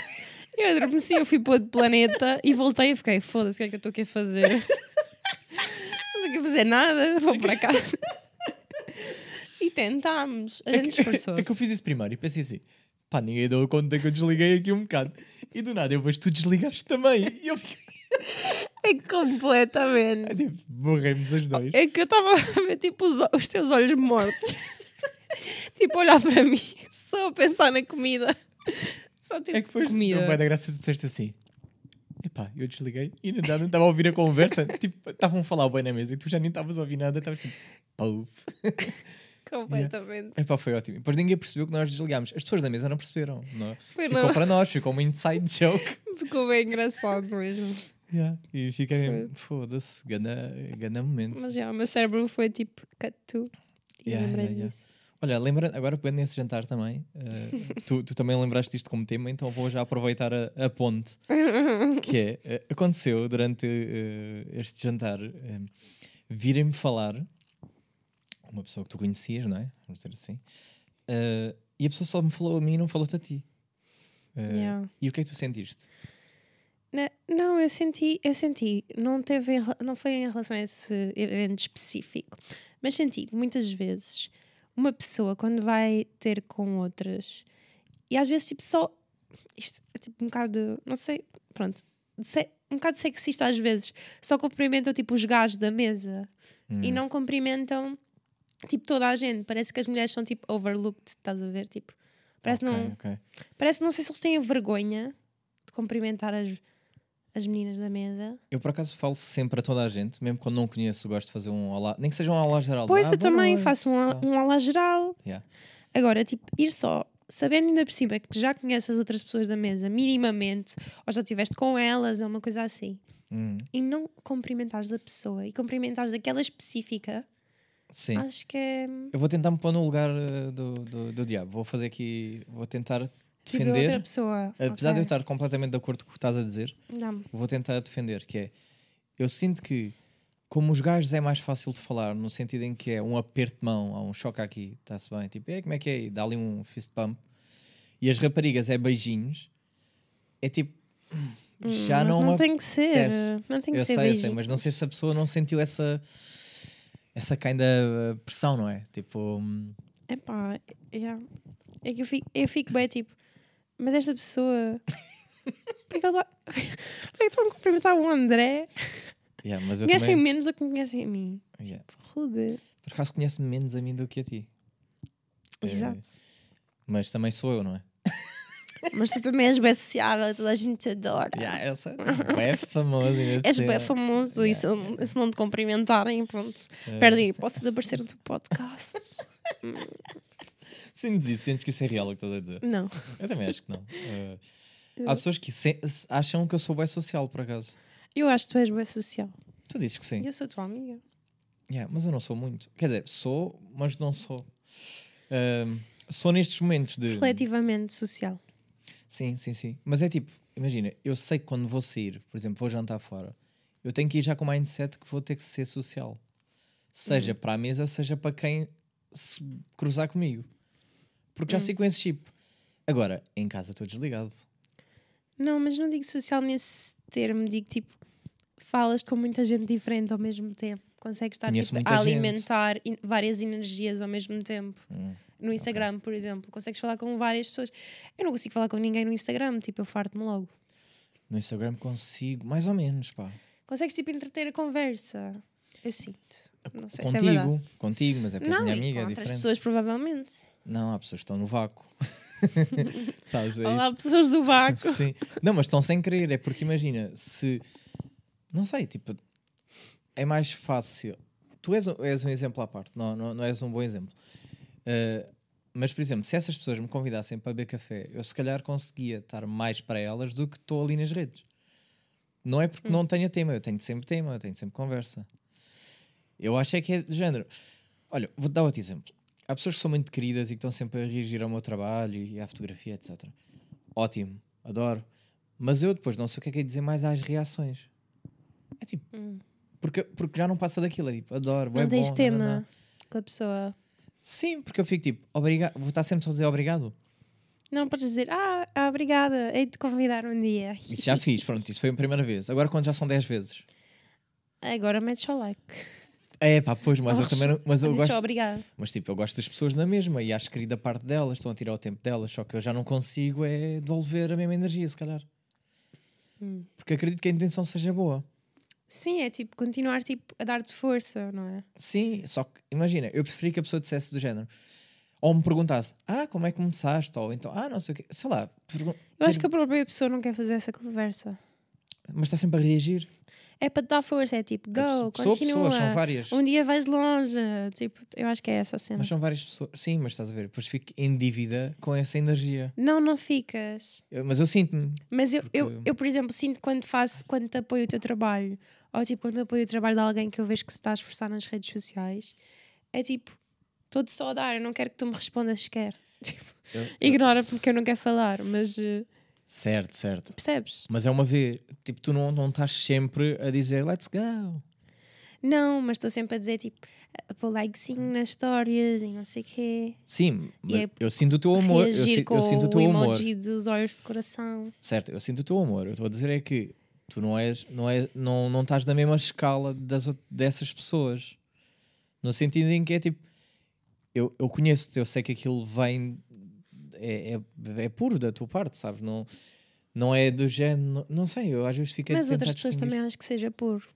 Eu adormeci, eu fui para outro planeta e voltei e fiquei, foda-se, o que é que eu estou aqui a fazer? Não estou aqui a fazer nada, vou para casa. E tentámos, a gente esforçou-se. É que eu fiz isso primeiro e pensei assim: pá, ninguém deu conta que eu desliguei aqui um bocado. E do nada eu vejo tu desligaste também. E eu fiquei É completamente. tipo, morremos os dois. É que eu estava a ver tipo os, o- os teus olhos mortos. tipo, olhar para mim, só a pensar na comida. Só tipo É que foi comida. não vai da graça que tu disseste assim. Epá, eu desliguei e na verdade não estava a ouvir a conversa. tipo, estavam a falar bem na mesa e tu já nem estavas a ouvir nada, estavas tipo, puf. Completamente. Epá, foi ótimo. E depois ninguém percebeu que nós desligámos. As pessoas da mesa não perceberam. Não. é? Foi Ficou não. para nós, ficou uma inside joke. Ficou bem engraçado mesmo. Yeah. E fiquei mesmo, foda-se, ganda, ganda momento. Mas já, o meu cérebro foi tipo, cut to. E Yeah, lembrei yeah, yeah. disso. Olha, lembra, agora pegando nesse jantar também, eh, tu, tu também lembraste disto como tema, então vou já aproveitar a, a ponte. Que é, eh, aconteceu durante eh, este jantar, eh, virem-me falar, uma pessoa que tu conhecias, não é? Vamos dizer assim, eh, e a pessoa só me falou a mim e não falou-te a ti. Eh, Yeah. E o que é que tu sentiste? Na- Não, eu senti, eu senti, não teve, em rela- não foi em relação a esse evento específico, mas senti que muitas vezes uma pessoa quando vai ter com outras e às vezes tipo só isto é tipo um bocado, não sei, pronto, se- um bocado sexista às vezes, só cumprimentam tipo os gajos da mesa e não cumprimentam tipo toda a gente, parece que as mulheres são tipo overlooked, estás a ver, tipo, parece Ok, não ok. Parece, não sei se eles têm vergonha de cumprimentar as, as meninas da mesa. Eu por acaso falo sempre a toda a gente, mesmo quando não conheço, gosto de fazer um olá, nem que seja um olá geral. pois Ah, eu boa também noite, faço um, tal. al- um ala geral. Yeah. Agora, tipo, ir só, sabendo ainda por cima que já conheces as outras pessoas da mesa minimamente, ou já estiveste com elas, ou uma coisa assim, Hum, e não cumprimentares a pessoa e cumprimentares aquela específica, sim. acho que é. Eu vou tentar me pôr no lugar eh, do, do, do diabo. Vou fazer aqui. Vou tentar Tipo, é outra defender. pessoa. Apesar de eu Ok. estar completamente de acordo com o que estás a dizer, Dá-me. vou tentar defender. Que é. Eu sinto que, como os gajos é mais fácil de falar, no sentido em que é um aperto de mão, há um choque aqui, está-se bem. Tipo, é como é que é? E Dá ali um fist pump. E as raparigas é beijinhos. É tipo. hum, Já Mas não, não me tem que ser. apetece. Não tem que eu sei, ser eu sei, beijinho. mas não sei se a pessoa não sentiu essa. Essa kind of pressão, não é? Tipo. hum, Epá, yeah. é que eu fico, eu fico bem tipo, mas esta pessoa. Porquê que ele tá- porquê que estão a cumprimentar o André? yeah, mas eu Conhecem também- menos do que me conhecem a mim. Yeah. Rude. Por acaso conhece-me menos a mim do que a ti. É, Exato. mas também sou eu, não é? Mas tu também és bem sociável, toda a gente te adora. Yeah, eu sei. Tu é famoso. ainda por És cima. bem famoso e se, se não te cumprimentarem, pronto. É. Perdem, posso aparecer no teu podcast? Sentes isso, sentes que isso é real o que estás a dizer. não. Eu também acho que não. Eh, há pessoas que se- se- acham que eu sou bem social, por acaso. Eu acho que tu és bem social. Tu dizes que sim. Eu sou tua amiga. Yeah, mas eu não sou muito. Quer dizer, sou, mas não sou. Eh, sou nestes momentos de. Seletivamente social. Sim, sim, sim. Mas é tipo, imagina, eu sei que quando vou sair, por exemplo, vou jantar fora, eu tenho que ir já com o mindset que vou ter que ser social. Seja Uhum. para a mesa, seja para quem se cruzar comigo. Porque Uhum. já sei com esse chip. Agora, em casa estou desligado. Não, mas não digo social nesse termo, digo tipo, falas com muita gente diferente ao mesmo tempo. Consegues estar Conheço tipo, muita a gente. alimentar in- várias energias ao mesmo tempo. Hum, no Instagram, por exemplo, consegues falar com várias pessoas. Eu não consigo falar com ninguém no Instagram, tipo, eu farto-me logo. No Instagram consigo, mais ou menos, pá. Consegues tipo entreter a conversa. Eu sinto. Não sei se é verdade. contigo, contigo, mas é porque não, a minha e amiga é com diferente. outras pessoas, provavelmente. Não, há pessoas que estão no vácuo. Sabes, é isso. Olá, pessoas do vácuo. Sim. Não, mas estão sem querer, é porque imagina, se não sei, tipo, é mais fácil. Tu és um, és um exemplo à parte, não, não, não és um bom exemplo. Uh, mas, por exemplo, se essas pessoas me convidassem para beber café, eu se calhar conseguia estar mais para elas do que estou ali nas redes. Não é porque não tenha tema, eu tenho sempre tema, eu tenho sempre conversa. Eu acho é que é de género. Olha, vou dar outro exemplo. Há pessoas que são muito queridas e que estão sempre a reagir ao meu trabalho e à fotografia, etc. Ótimo, adoro. Mas eu depois não sei o que é que é dizer mais às reações. É tipo. Hum. Porque, porque já não passa daquilo, é tipo, adoro, Não é tens bom, tema nananã. com a pessoa. Sim, porque eu fico tipo, obrigado, vou estar sempre só a dizer obrigado. Não podes dizer, ah, ah, obrigada, hei de convidar um dia. Isso já fiz, pronto, isso foi a primeira vez. Agora quando já são 10 vezes. Agora metes o like. É pá, pois, mas eu Nossa, também não, mas eu Dizes só gosto, obrigada. mas tipo, eu gosto das pessoas na mesma e acho querida a parte delas, estão a tirar o tempo delas, só que eu já não consigo é devolver a mesma energia, se calhar. Hum. Porque acredito que a intenção seja boa. Sim, é tipo continuar tipo, a dar-te força, não é? Sim, só que imagina, eu preferi que a pessoa dissesse do género. Ou me perguntasse, ah, como é que começaste? Ou então, ah, não sei o quê. Sei lá, pergun- Eu acho ter- que a própria pessoa não quer fazer essa conversa. mas está sempre a reagir. É para te dar força, é tipo, A pessoa- go, pessoa, continua. pessoas, são várias. Um dia vais longe. Tipo, eu acho que é essa a cena. Mas são várias pessoas. Sim, mas estás a ver, depois fico em dívida com essa energia. Não, não ficas. Eu- mas eu sinto-me. Mas eu, eu, Porque- eu, por exemplo, sinto quando faço, quando te apoio o teu trabalho, ou tipo, quando apoio o trabalho de alguém que eu vejo que se está a esforçar nas redes sociais, é tipo, estou-te só a dar, eu não quero que tu me respondas sequer. Tipo, Eu- Ignora-me porque eu não quero falar, mas eh, Certo, certo. percebes? Mas é uma vez, tipo, tu não, não estás sempre a dizer let's go. Não, mas estou sempre a dizer tipo, a pôr Hum. likezinho nas histórias e não sei o quê. Sim, mas é eu sinto o teu amor. Eu, Reagir si- com eu sinto o teu o amor. emoji dos olhos de coração. Certo, eu sinto o teu amor. Eu estou a dizer é que tu não és, não é, não, não estás na mesma escala das, out- dessas pessoas. No sentido em que é tipo, eu, eu conheço-te, eu sei que aquilo vem, é, é, é puro da tua parte, sabes? Não, não é do género, não, não sei, eu às vezes fico a mas tentar outras pessoas é distinguir. também acho que seja puro.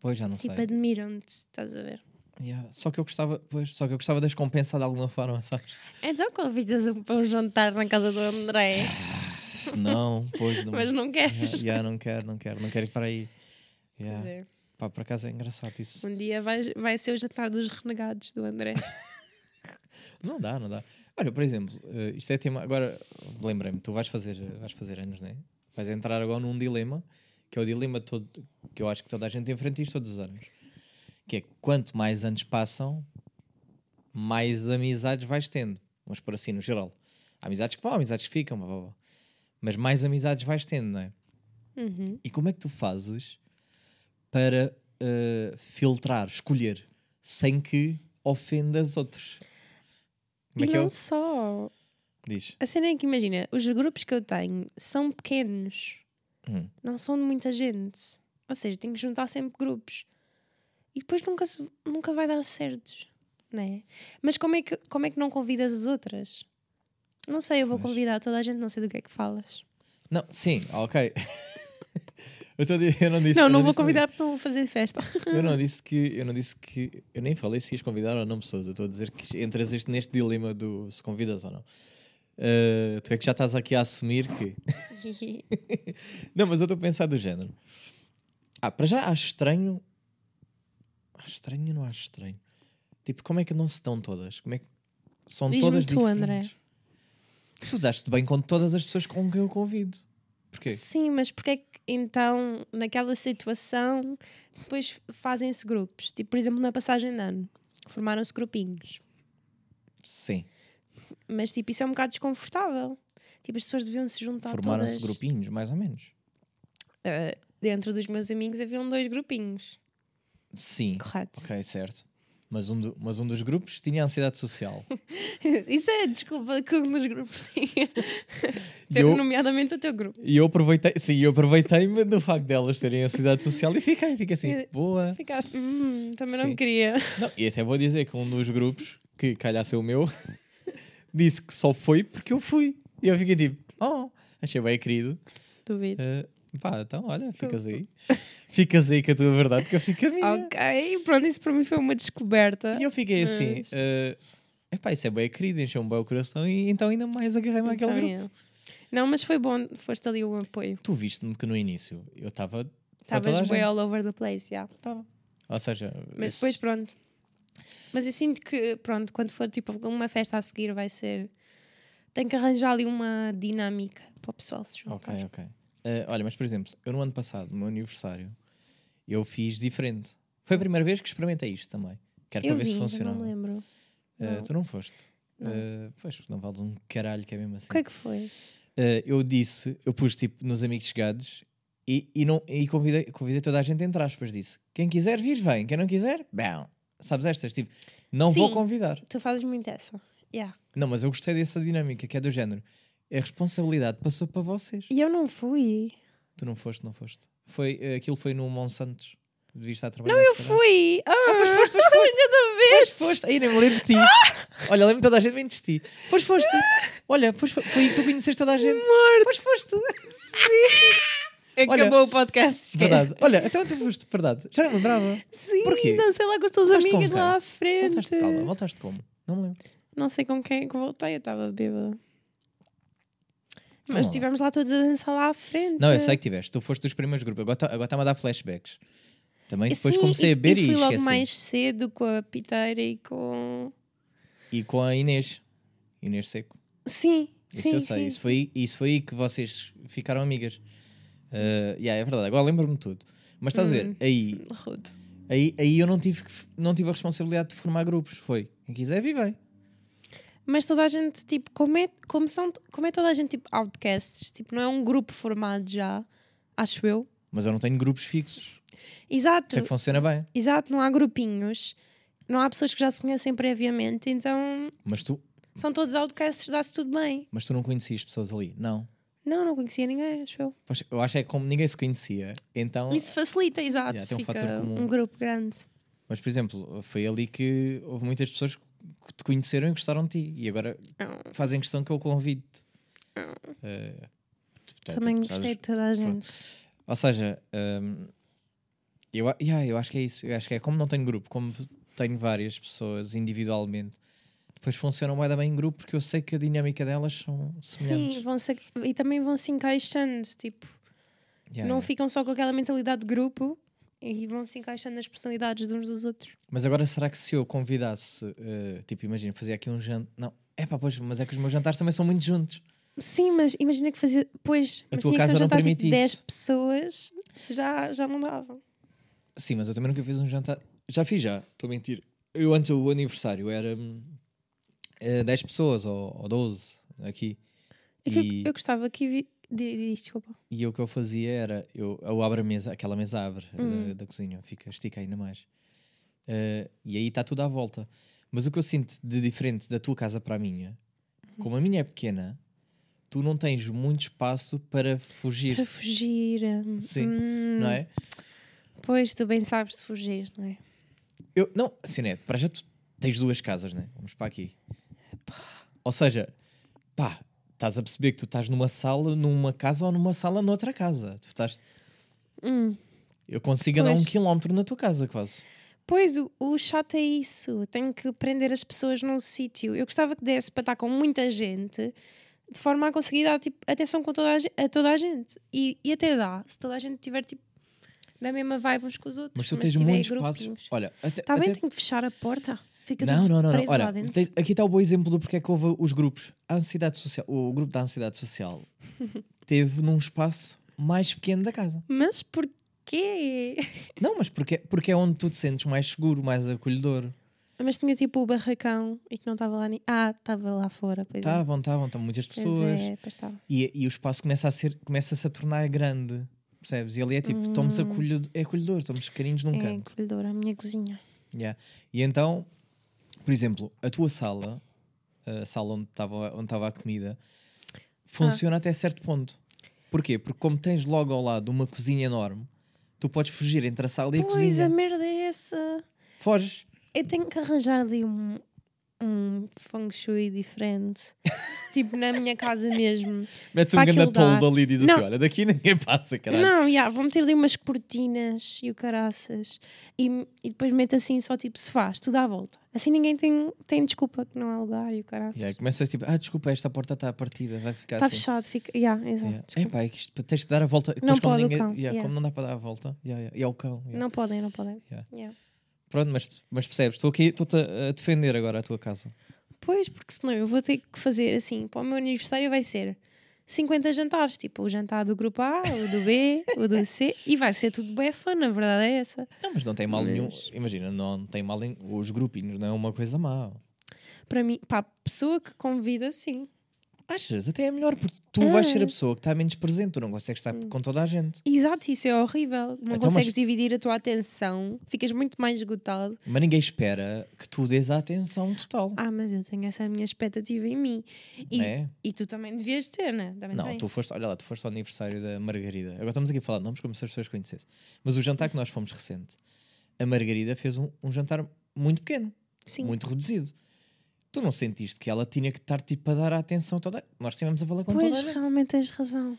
Pois já não Tipo, sei. admiram-te, estás a ver? Yeah, Só que eu gostava, pois, só que eu gostava de as compensar de alguma forma, sabes? Então convidas-me para um jantar na casa do André, Não, pois não. mas não queres. Yeah, yeah, não quero, não quero, não quero ir para aí. Pois Yeah. é. Pá, por acaso é engraçado isso. Um dia vai, vai ser o jantar dos renegados do André. Não dá, não dá. Olha, por exemplo, eh, isto é tema. Agora, lembrei-me, tu vais fazer, vais fazer anos, não é? Vais entrar agora num dilema, que é o dilema todo, que eu acho que toda a gente enfrenta isto todos os anos. Que é quanto mais anos passam, mais amizades vais tendo. Vamos por assim, no geral. Há amizades que vão, há amizades que ficam, blá, blá, blá. mas mais amizades vais tendo, não é? Uhum. E como é que tu fazes para eh, filtrar, escolher, sem que ofendas outros? Como E é que é não o- só. Diz. A cena é que imagina, os grupos que eu tenho são pequenos, Hum. não são de muita gente. Ou seja, tenho que juntar sempre grupos. E depois nunca, se- nunca vai dar certos, né? Mas como é, que, como é que não convidas as outras? Não sei, eu vou Pois. convidar toda a gente, não sei do que é que falas. Não, sim, ok. eu, tô, a di- eu não disse. não, eu não vou disse- convidar porque não vou fazer festa. Eu não disse que. Eu não disse que. Eu nem falei se ias convidar ou não pessoas. Eu estou a dizer que entras este- neste dilema do se convidas ou não. Eh, tu é que já estás aqui a assumir que. Não, mas eu estou a pensar do género. Ah, para já acho estranho. Acho estranho e não acho estranho. Tipo, como é que não se dão todas? Como é que. São Diz-me todas tu, diferentes. André. Tu daste bem com todas as pessoas com quem eu convido. Porquê? Sim, mas porque é que então, naquela situação, depois fazem-se grupos? Tipo, por exemplo, na passagem de ano, formaram-se grupinhos. Sim. Mas, tipo, isso é um bocado desconfortável. Tipo, as pessoas deviam se juntar Formaram-se todas. grupinhos, mais ou menos. Ah, dentro dos meus amigos haviam dois grupinhos. Sim. Correto. Ok, certo. Mas um, do- mas um dos grupos tinha ansiedade social. Isso é a desculpa que um dos grupos tinha. e, eu, Nomeadamente o teu grupo. e eu aproveitei, sim, eu aproveitei-me do facto delas terem ansiedade social e fiquei, fiquei assim, Eu- boa. Ficaste, hum, também Sim. não queria. Não, e até vou dizer que um dos grupos, que calhar ser o meu, disse que só foi porque eu fui. E eu fiquei tipo, oh, achei bem querido. Duvido. Eh, pá, então olha, ficas aí. Ficas aí com a tua verdade que eu fico a minha. Ok, pronto, isso para mim foi uma descoberta. É. E eu fiquei assim, Mas- eh, epá, isso é bem querido, encheu-me bem o coração e então ainda mais agarrei-me àquele Então, grupo. é. Não, mas foi bom, foste ali o apoio. Tu viste-me que no início eu estava. toda a Estavas gente. way all over the place, yeah. Estava. Ou seja, Mas esse- depois, pronto. Mas eu sinto que, pronto, quando for tipo uma festa a seguir, vai ser. Tem que arranjar ali uma dinâmica para o pessoal se juntar. Ok, ok. Eh, olha, mas por exemplo, eu no ano passado, no meu aniversário, eu fiz diferente. Foi a primeira vez que experimentei isto também. Quero Eu para ver vi, se eu não funcionava. me lembro. Eh, não. Tu não foste. Não. Eh, pois, não vales um caralho que é mesmo assim. O que é que foi? Eh, eu disse, eu pus tipo nos amigos chegados e, e, não, e convidei, convidei toda a gente entre aspas. Disse: quem quiser vir, vem. Quem não quiser, bem. Sabes estas? Tipo, não vou Sim. convidar. Tu fazes muito essa. Yeah. Não, mas eu gostei dessa dinâmica que é do género. A responsabilidade passou para vocês. E eu não fui. Tu não foste, não foste. Foi, eh, aquilo foi no Monsantos. Devias estar a trabalhar. Não, eu se calhar. fui! Ah, mas foste, mas foste! Pois foste. Aí nem me lembro de ti. Olha, lembro toda a gente bem de ti. Pois foste. Olha, pois foi, foi aí que tu conheceste toda a gente. Pois foste. Olha- Acabou o podcast. esquece. Verdade. Olha, então tu foste, verdade. Já não me lembrava. Sim, Porquê? dancei lá com as tuas Voltaste amigas com quem? lá à frente. Voltaste, calma, voltaste como? Não me lembro. Não sei com quem é que voltei, eu estava bêbada. Calma lá. Mas estivemos lá todos a dançar lá à frente. Não, eu sei que tiveste. Tu foste dos primeiros grupos. Agora tá- Agora está-me a dar flashbacks. Também depois Sim, comecei e- a beber e e, fui logo esqueci. mais cedo com a piteira e com. E com a Inês. Inês Seco. Sim, Isso sim. eu sei, sim. Isso, foi, isso foi aí que vocês ficaram amigas. Uh, yeah, é verdade, agora lembro-me de tudo. Mas estás Hum. a ver, aí, Rude. aí, aí eu não tive, que f- não tive a responsabilidade de formar grupos. Foi quem quiser, vivem. Mas toda a gente, tipo, como é, como, são, como é toda a gente, tipo, outcasts? Tipo, não é um grupo formado já, acho eu. Mas eu não tenho grupos fixos. Por Exato, isso é que funciona bem. exato, não há grupinhos, não há pessoas que já se conhecem previamente, então Mas tu, são todos outcasts, dá-se tudo bem. mas tu não conhecias pessoas ali? Não. Não, não conhecia ninguém, acho eu. Pois, Eu acho é que como ninguém se conhecia, então. Isso facilita, exato. Yeah, tem um fator fica comum. um grupo grande. Mas, por exemplo, foi ali que houve muitas pessoas que te conheceram e gostaram de ti. E agora Ah. fazem questão que eu convide. Uh, portanto, tipo, Também sabes- gostei de toda a gente. Ou seja, hum, eu, a- yeah, eu acho que é isso. Eu acho que é como não tenho grupo, como tenho várias pessoas individualmente, depois funcionam bué da bem em grupo porque eu sei que a dinâmica delas são semelhantes. Sim, vão se, e também vão se encaixando, tipo, Yeah, não yeah. ficam só com aquela mentalidade de grupo e vão se encaixando nas personalidades de uns dos outros. Mas agora será que se eu convidasse, eh, tipo, imagina, fazia aqui um jantar. Não, é pá, pois, mas é que os meus jantares também são muito juntos. Sim, mas imagina que fazia. Pois, A mas tua tinha casa que ser um não jantar, permite tipo, 10 isso. pessoas, se já, já não dava. Sim, mas eu também nunca fiz um jantar. Já fiz, já, estou a mentir. Eu antes, o aniversário era hum, eh, 10 pessoas ou, ou 12 aqui. É que Eu, E- eu gostava que. Vi, di- di- desculpa. E eu, o que eu fazia era, eu, eu abro a mesa, aquela mesa abre eh, Hum. da, cozinha, fica, estica ainda mais. Eh, e aí está tudo à volta. Mas o que eu sinto de diferente da tua casa para a minha, Uhum. como a minha é pequena, tu não tens muito espaço para Para fugir, fugir. hum, Sim, hum, não é? Pois, tu bem sabes de fugir, não é? Eu, não, assim, né? Para já tu tens duas casas, né? Vamos para aqui. Ou seja, pá, estás a perceber que tu estás numa sala, numa casa ou numa sala noutra casa. Tu estás, Hum. eu consigo andar um Pois. quilómetro na tua casa quase. Pois, o, o chato é isso. Tenho que prender as pessoas num sítio. Eu gostava que desse para estar com muita gente, de forma a conseguir dar tipo, atenção com toda a, ge- a toda a gente. E, e até dá, se toda a gente tiver tipo, na mesma vibe uns com os outros. Mas tu tens tiver muitos grupinhos. passos. Olha, até, Está bem, até- tenho que fechar a porta. Fica Não, tudo não, não, não. preso lá Olha, dentro. tens- aqui está o bom exemplo do porque é que houve os grupos. A ansiedade social, o grupo da ansiedade social teve num espaço mais pequeno da casa. Mas porquê? Não, mas porque, porque é onde tu te sentes mais seguro, mais acolhedor. Mas tinha tipo o barracão e que não estava lá nem. Ah, estava lá fora, pois é. Estavam, estavam, estavam muitas Pois pessoas. é, pois estava. E, e o espaço começa a ser, começa-se a tornar grande, percebes? E ali é tipo, estamos acolhedor, é acolhedor, estamos carinhos num Hum. É canto. encolhedor, a minha cozinha. Yeah. E então, por exemplo, a tua sala, a sala onde estava onde estava a comida, Ah. funciona até certo ponto. Porquê? Porque como tens logo ao lado uma cozinha enorme, tu podes fugir entre a sala e a Pois, a cozinha. merda é essa. Foges. Eu tenho que arranjar ali um, um feng shui diferente. tipo, na minha casa mesmo. Metes um Para aquele grande toldo dar. ali e diz assim, Não. olha, daqui ninguém passa, caralho. Não, já, vou meter ali umas cortinas e o caraças. E, e depois meto assim, só tipo, se faz, tudo à volta. Assim ninguém tem, tem desculpa que não há lugar e o caraças. Yeah, começas tipo, ah, desculpa, esta porta está partida, vai ficar Está assim. fechado, fica. Yeah, exato, Yeah. desculpa. Epá, é que isto, tens de dar a volta. depois como, pode o ninguém- cão, yeah, yeah. como não dá para dar a volta. Yeah, yeah. E ao cão. yeah. Não podem, não podem. Yeah. Yeah. Pronto, mas, mas percebes, estou aqui, estou-te a a defender agora a tua casa. Pois, porque senão eu vou ter que fazer assim, para o meu aniversário vai ser 50 jantares, tipo o jantar do grupo A, o do B, o do C, e vai ser tudo befa, na verdade é essa. Não, mas não tem mal Mas- nenhum. Imagina, não tem mal em, Os grupinhos não é uma coisa má. Para mim, para a pessoa que convida, sim. Achas? Até é melhor, porque tu Ah. Hum. vais ser a pessoa que está menos presente, tu não consegues estar com toda a gente. Exato, isso é horrível. Não Então, mas- consegues dividir a tua atenção, ficas muito mais esgotado. Mas ninguém espera que tu dês a atenção total. Ah, mas eu tenho essa minha expectativa em mim. E, não é? e tu também devias ter, né? Também Não, tens. tu foste, olha lá, tu foste ao aniversário da Margarida. Agora estamos aqui a falar de nomes como se as pessoas conhecessem. Mas o jantar que nós fomos recente, a Margarida fez um, um jantar muito pequeno, Sim. muito reduzido. Tu não sentiste que ela tinha que estar tipo a dar a atenção toda? Nós estivemos a falar com Pois, toda a gente. realmente tens razão.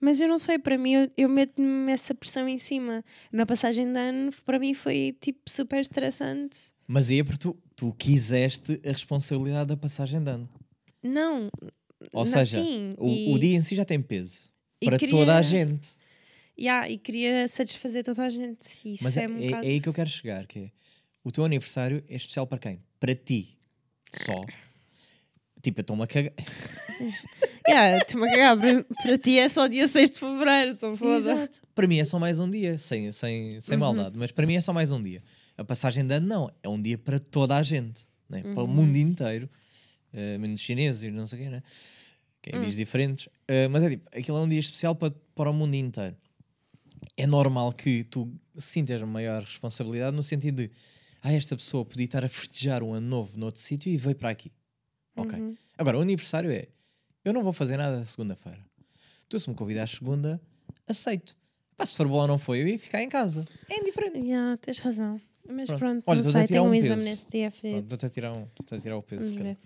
Mas eu não sei, para mim, eu, eu meto-me essa pressão em cima. Na passagem de ano, para mim foi tipo super estressante. Mas aí é porque tu, tu quiseste a responsabilidade da passagem de ano. Não. Ou na- seja, sim, O, e- o dia em si já tem peso e para queria- toda a gente. Yeah, e queria satisfazer toda a gente. Isso Mas é, é, um é- bocado- é aí que eu quero chegar, que é, o teu aniversário é especial para quem? Para ti. Só. Tipo, eu estou-me a cagar. Yeah, estou-me a cagar. Para, para ti é só dia 6 de fevereiro, só foda. Exato. Para mim é só mais um dia, sem, sem, sem maldade, mas para mim é só mais um dia. A passagem de ano não, é um dia para toda a gente, né? para o mundo inteiro, eh, menos chineses e não sei o quê, né? quem diz diferentes, Eh, mas é tipo, aquilo é um dia especial para, para o mundo inteiro. É normal que tu sintas maior responsabilidade no sentido de ah, esta pessoa podia estar a festejar um ano novo noutro sítio e veio para aqui. Ok. Uhum. Agora, o aniversário é: eu não vou fazer nada segunda-feira. Tu, se me convidares segunda, aceito. Pá, se for bom ou não foi, eu ia ficar em casa. É indiferente. Yeah, tens razão. Mas Pronto. pronto, Olha, não estou-te a sei, tirar tenho um, um exame peso. nesse dia, Pronto, Fred. estou-te a tirar, um, estou-te a tirar o peso. Vamos se ver. calhar.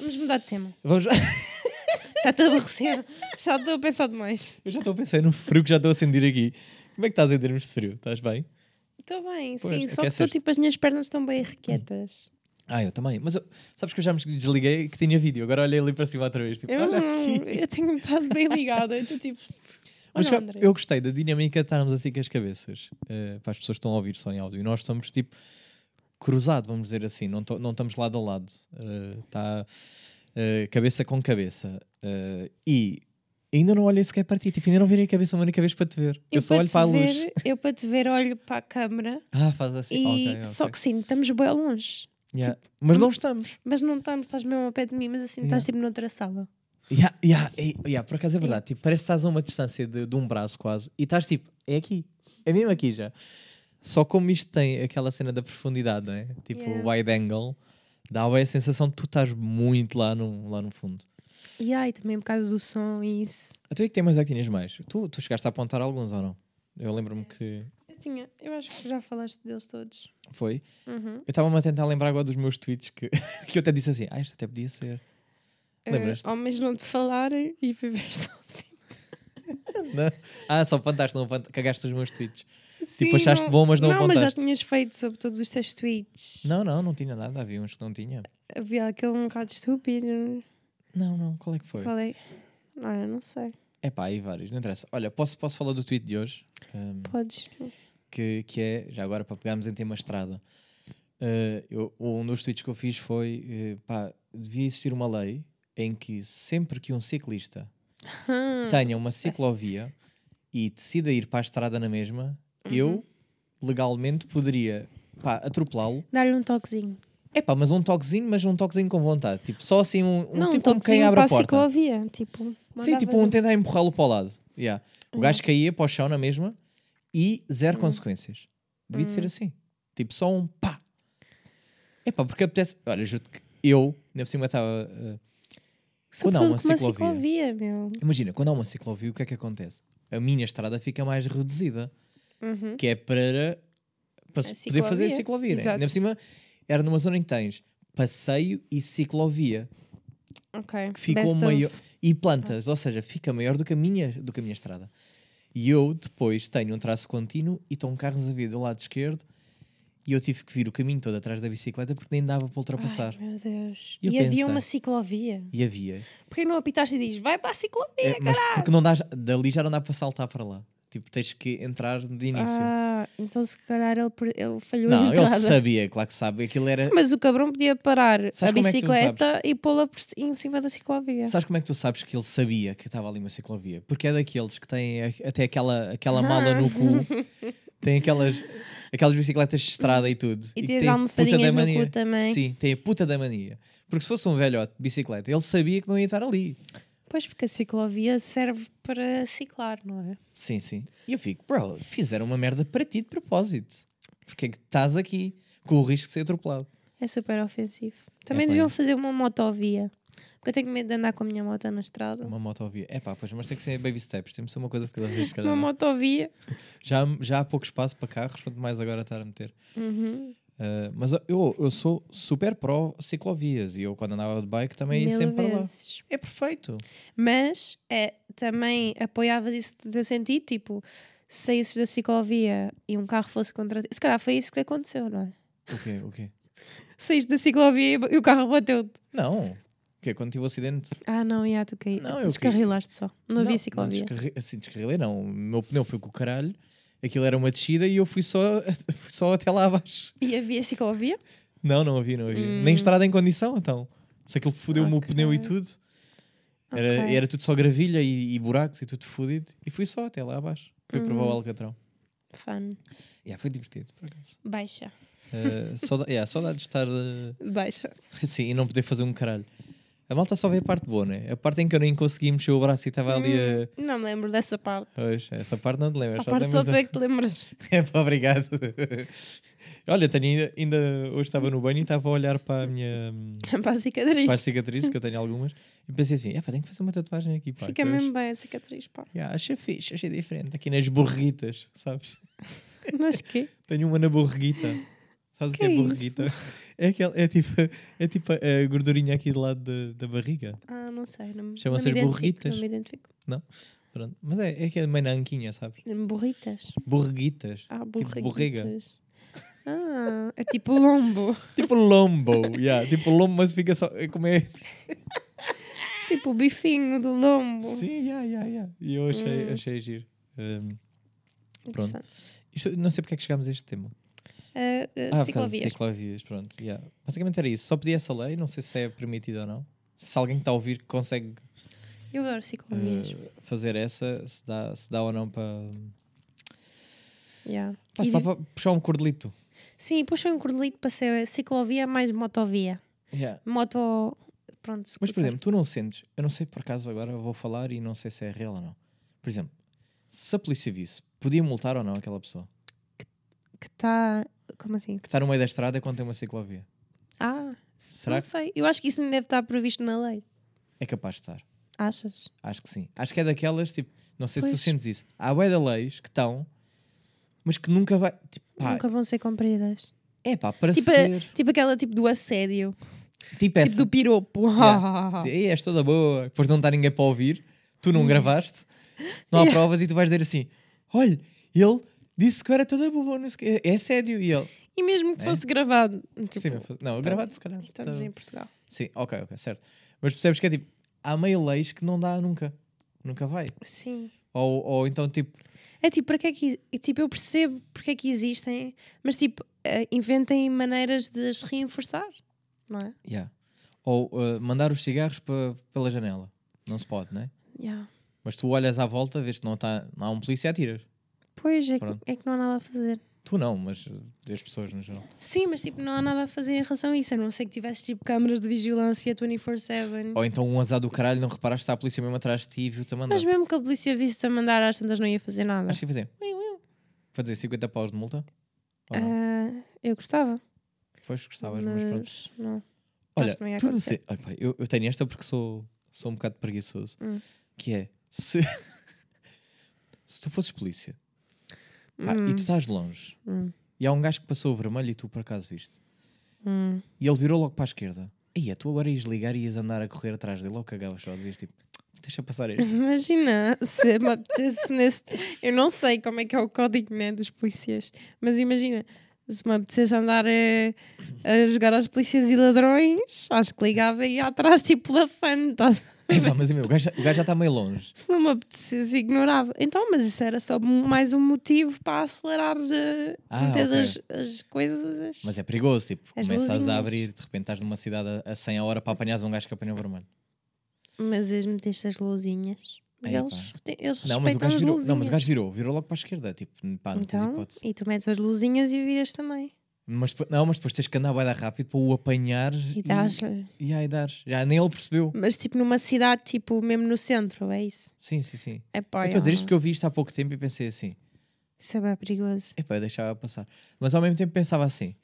Vamos mudar de tema. Vamos- Já estou aborrecida. Já estou a pensar demais. eu já estou a pensar no frio que já estou a sentir aqui. Como é que estás em termos de frio? Estás bem? Estou bem, Pois, sim. Só que aqueceste. estou tipo, as minhas pernas estão bem requietas. Ah, eu também. Mas eu- sabes que eu já me desliguei que tinha vídeo. Agora olhei ali para cima outra vez. Tipo, Eu, olha não, aqui. eu tenho estado bem ligada. Eu estou tipo. Mas Olha, eu- André. eu gostei da dinâmica de estarmos assim com as cabeças. eh, para as pessoas que estão a ouvir só em áudio. E nós estamos tipo cruzado, vamos dizer assim. Não, to- não estamos lado a lado. Eh, Está eh, cabeça com cabeça. Eh, e ainda não olhei sequer para ti. Tipo, ainda não virei a cabeça uma única vez para te ver. Eu, só para olho te para a luz. ver, Eu para te ver, olho para a câmara Ah, faz assim. e Ok, ok. só que tipo, sim, estamos bem longe. Yeah. Mas não estamos. Mas não estamos, estás mesmo ao pé de mim, mas assim estás tipo noutra sala. Yeah, yeah, eh, yeah, por acaso é verdade. Tipo, parece que estás a uma distância de, de um braço quase e estás tipo, é aqui, é mesmo aqui já. Só como isto tem aquela cena da profundidade, não é? Tipo, Yeah. wide angle, dá bué a sensação de tu estás muito lá no, lá no fundo. E ai, também por causa do som e isso. Então é que tem mais é que tinhas mais? Tu, tu chegaste a apontar alguns ou não? Eu lembro-me que Eu tinha, eu acho que já falaste deles todos. foi. Uhum. Eu estava-me a tentar lembrar agora dos meus tweets que, que eu até disse assim, ah, isto até podia ser. Lembras-te? Eh, ao menos não te falar e viver sozinho. Não? Ah, só apontaste, não apontaste, cagaste os meus tweets. Sim, Tipo, achaste bom, mas não Não, mas já apontaste. tinhas feito sobre todos os teus tweets. Não, não, não tinha nada, havia uns que não tinha. Havia aquele um bocado estúpido. Não, não, qual é que foi? Falei. Olha, não sei. É pá, aí vários, não interessa. Olha, posso, posso falar do tweet de hoje? Um, Podes. que, que é, já agora para pegarmos em tema estrada. Uh, eu- um dos tweets que eu fiz foi: uh, pá, devia existir uma lei em que sempre que um ciclista Hum. tenha uma ciclovia e decida ir para a estrada na mesma, eu legalmente poderia pá, atropelá-lo Dar-lhe um toquezinho. É pá, mas um toquezinho, mas um toquezinho com vontade. Tipo, só assim, um, um não, tipo como quem abre para a porta. ciclovia, tipo. Sim, mandava tipo, um gente- tentar empurrá-lo para o lado. Yeah. O gajo caía para o chão na mesma e zero consequências. Devia de ser assim. Tipo, só um pá. É pá, porque apetece. Olha, juro que eu, ainda por cima, estava. uh, Só quando há uma porque uma ciclovia. ciclovia, meu. Imagina, quando há uma ciclovia, o que é que acontece? A minha estrada fica mais reduzida, Uhum. que é para, para se poder fazer a ciclovia. ciclovia. Né? Exato. Ainda por cima, era numa zona em que tens passeio e ciclovia, Ok. que ficou Best of. maior. E plantas, ou seja, fica maior do que, a minha, do que a minha estrada. E eu depois tenho um traço contínuo e estão carros a vir do lado esquerdo e eu tive que vir o caminho todo atrás da bicicleta porque nem dava para ultrapassar. Ai, meu Deus. E eu é. E pensei. havia uma ciclovia. E havia. Porquê não apitaste e diz, vai para a ciclovia? É, mas porque não dás, dali já não dá para saltar para lá. Tipo, tens que entrar de início. Ah, então se calhar ele, per- ele falhou a Não, ele entrada. sabia, claro que sabe. Aquilo era. Mas o cabrão podia parar Sabes a como é que tu bicicleta e pô-la por ci- em cima da ciclovia. Sabes como é que tu sabes que ele sabia que estava ali uma ciclovia? Porque é daqueles que têm a- até aquela, Ah. aquela mala no cu, tem aquelas, aquelas bicicletas de estrada e tudo. E que tens têm a almofadinhas no cu mania. também. Sim, tem a puta da mania. Porque se fosse um velhote de bicicleta, ele sabia que não ia estar ali. Pois, porque a ciclovia serve para ciclar, não é? Sim, sim. E eu fico, bro, fizeram uma merda para ti de propósito. Porque é que estás aqui com o risco de ser atropelado? É super ofensivo. Também pá, deviam é. fazer uma motovia. Porque eu tenho medo de andar com a minha moto na estrada. Uma, Uma motovia. É pá, pois, mas tem que ser baby steps, tem que ser uma coisa de cada vez. se calhar, não é? motovia. já, já há pouco espaço para carros, quanto mais agora estar a meter. Uhum. Uh, mas eu, eu sou super pró ciclovias e eu quando andava de bike também ia Mil sempre para lá. vezes. É perfeito. Mas é, também apoiavas isso do teu sentido, tipo, saísses da ciclovia e um carro fosse contra ti. Se calhar foi isso que aconteceu, não é? O quê? O quê? Saíste da ciclovia e- e o carro bateu-te. Não. O quê? Quando tive o acidente. Ah, não, ia tu caí. Não, eu caí. Descarrilaste só. Não havia ciclovia. descarri- assim, descarrilei não. O meu pneu foi com o caralho. Aquilo era uma descida e eu fui só, fui só até lá abaixo. E havia ciclovia? Não, não havia, não havia. Hum. Nem estrada em condição, então. Se aquilo fodeu-me o Ok. pneu e tudo. Era, Ok. era tudo só gravilha e, e buracos e tudo fodido. E fui só até lá abaixo. Fui provar Hum. o Alcatrão. Fun. Yeah, foi divertido, por acaso. Baixa. Uh, sauda- yeah, saudades de estar uh, Baixa. assim e não poder fazer um caralho. A malta só vê a parte boa, né? A parte em que eu nem consegui mexer o braço e estava ali a. Não me lembro dessa parte. Pois, essa parte não te lembras. Hum. Essa só te parte só tu lembras é que te lembras. da- É, pá, obrigado. Olha, tenho ainda, ainda hoje estava no banho e estava a olhar para a minha hum, É Para a cicatriz. para as cicatrizes, que eu tenho algumas, e pensei assim: é pá, tenho que fazer uma tatuagem aqui, pá. que Fica hoje- mesmo bem a cicatriz, pá. Yeah, achei fixe, achei diferente. Aqui nas borreguitas, sabes? Mas quê? Tenho uma na borreguita. Sabes o que Que é é isso? borreguita? É, aquela, é, tipo, é tipo a gordurinha aqui do lado da, da barriga. Ah, não sei. não me- Chamam-se não me as identifico, borritas. Não me identifico. Pronto. Mas é, é aquela meio na anquinha, sabes? Borritas. Borreguitas. Ah, Tipo borreguitas. borrega. Ah, é tipo lombo. Tipo lombo. yeah. Tipo lombo, mas fica só. é Como é. tipo o bifinho do lombo. Sim, yeah, yeah, yeah. E eu achei, achei giro. Um, Interessante. isto- não sei porque é que chegámos a este tema. Ah, ah, Ah, por causa de ciclovias. ciclovias, pronto. yeah. Basicamente era isso. Só pedi essa lei, não sei se é permitido ou não. Se alguém que está a ouvir que consegue Eu adoro ciclovias. eh, fazer essa, se dá, se dá ou não para. Ah, Yeah. Pá, E- só para puxar um cordelito. Sim, puxa um cordelito para ser ciclovia mais motovia. Yeah. Moto. Pronto, tá- Mas, por scooter. exemplo, tu não sentes, eu não sei por acaso agora vou falar e não sei se é real ou não. Por exemplo, se a polícia visse, podia multar ou não aquela pessoa Que está. Como assim? que está no meio da estrada quando tem uma ciclovia? Ah, Será não que sei. Eu acho que isso não deve estar previsto na lei. é capaz de estar? Achas? Acho que sim. Acho que é daquelas, tipo, não sei se Pois. tu sentes isso. Há bué de leis que estão, mas que nunca vai. Tipo, pá, Nunca vão ser cumpridas. é pá, para Tipo, ser. tipo aquela tipo do assédio. Tipo essa. Tipo do piropo. Yeah. Sim, "Ei, és toda boa. Depois não está ninguém para ouvir, tu não gravaste, não há Hum. Yeah. provas e tu vais dizer assim: olha, ele disse que eu era toda boa, não sei o quê, é sério. E ele, E mesmo que É? fosse gravado. Tipo, sim, mas- não, gravado se calhar. estamos tá- em Portugal. Sim, ok, ok, certo. Mas percebes que é tipo: há meio leis que não dá nunca, nunca vai. Sim. Ou, ou então tipo, É tipo, para que é que. e, Tipo, eu percebo porque é que existem, mas tipo, eh, inventem maneiras de as reenforçar, não é? yeah. ou uh, mandar os cigarros pa- pela janela, não se pode, né? Yeah. Mas tu olhas à volta, vês que não, tá, não há um polícia, atiras. Pois é que, Pronto. é que não há nada a fazer. Tu não, mas eh, as pessoas no geral. Sim, mas tipo, não há nada a fazer em relação a isso, a não ser que tivesse tipo câmaras de vigilância 24-7. Ou então um azar do caralho, não reparaste, está a polícia mesmo atrás de ti e viu-te a mandar. Mas mesmo que a polícia visse a mandar às tantas, não ia fazer nada. Acho que ia fazer. Para dizer 50 paus de multa? Ou não? Ah, eu gostava. Pois gostavas, mas, mas pronto. não. Olha, que não ia tu não acontecer. sei. Ai, pá, eu, eu tenho esta porque sou, sou um bocado preguiçoso. Hum. Que é se, se tu fosses polícia pá, e tu estás longe Hum. e há um gajo que passou o vermelho e tu por acaso viste Hum. e ele virou logo para a esquerda. Aí é, tu agora ias ligar e ias andar a correr atrás dele ou cagavas só, dizias tipo, deixa passar este. Imagina se me apetecesse nesse. Eu não sei como é que é o código né, dos polícias, mas imagina se me apetecesse andar eh, a, jogar aos polícias e ladrões, acho que ligava e ia atrás, tipo, lafando. estás a- Ei, pá, mas meu, o, gajo, o gajo já está meio longe. Se não me apetecesse, ignorava. Então, mas isso era só mais um motivo para acelerares a, Ah, meteres ok. as, as coisas. as- Mas é perigoso, tipo, As começas a luzinhas. abrir, de repente estás numa cidade a, a 100 a hora para apanhares um gajo que apanhou vermelho. Mas eles meteste as luzinhas. Aí, pá. Eles, respe- eles Não, respeitam mas o gajo as virou, luzinhas. não, mas o gajo virou, virou logo para a esquerda, tipo, pá, não tens então, hipótese. e tu metes as luzinhas e viras também. Mas, depois- não, mas depois tens que andar vai dar rápido para o apanhares E dás-lhe. e, aí dares. Já nem ele percebeu. Mas tipo numa cidade, tipo mesmo no centro, é isso? Sim, sim, sim. É pá, Eu estou a dizer isto porque eu vi isto há pouco tempo e pensei assim, isso é bem perigoso. epá, eu deixava passar. Mas ao mesmo tempo pensava assim,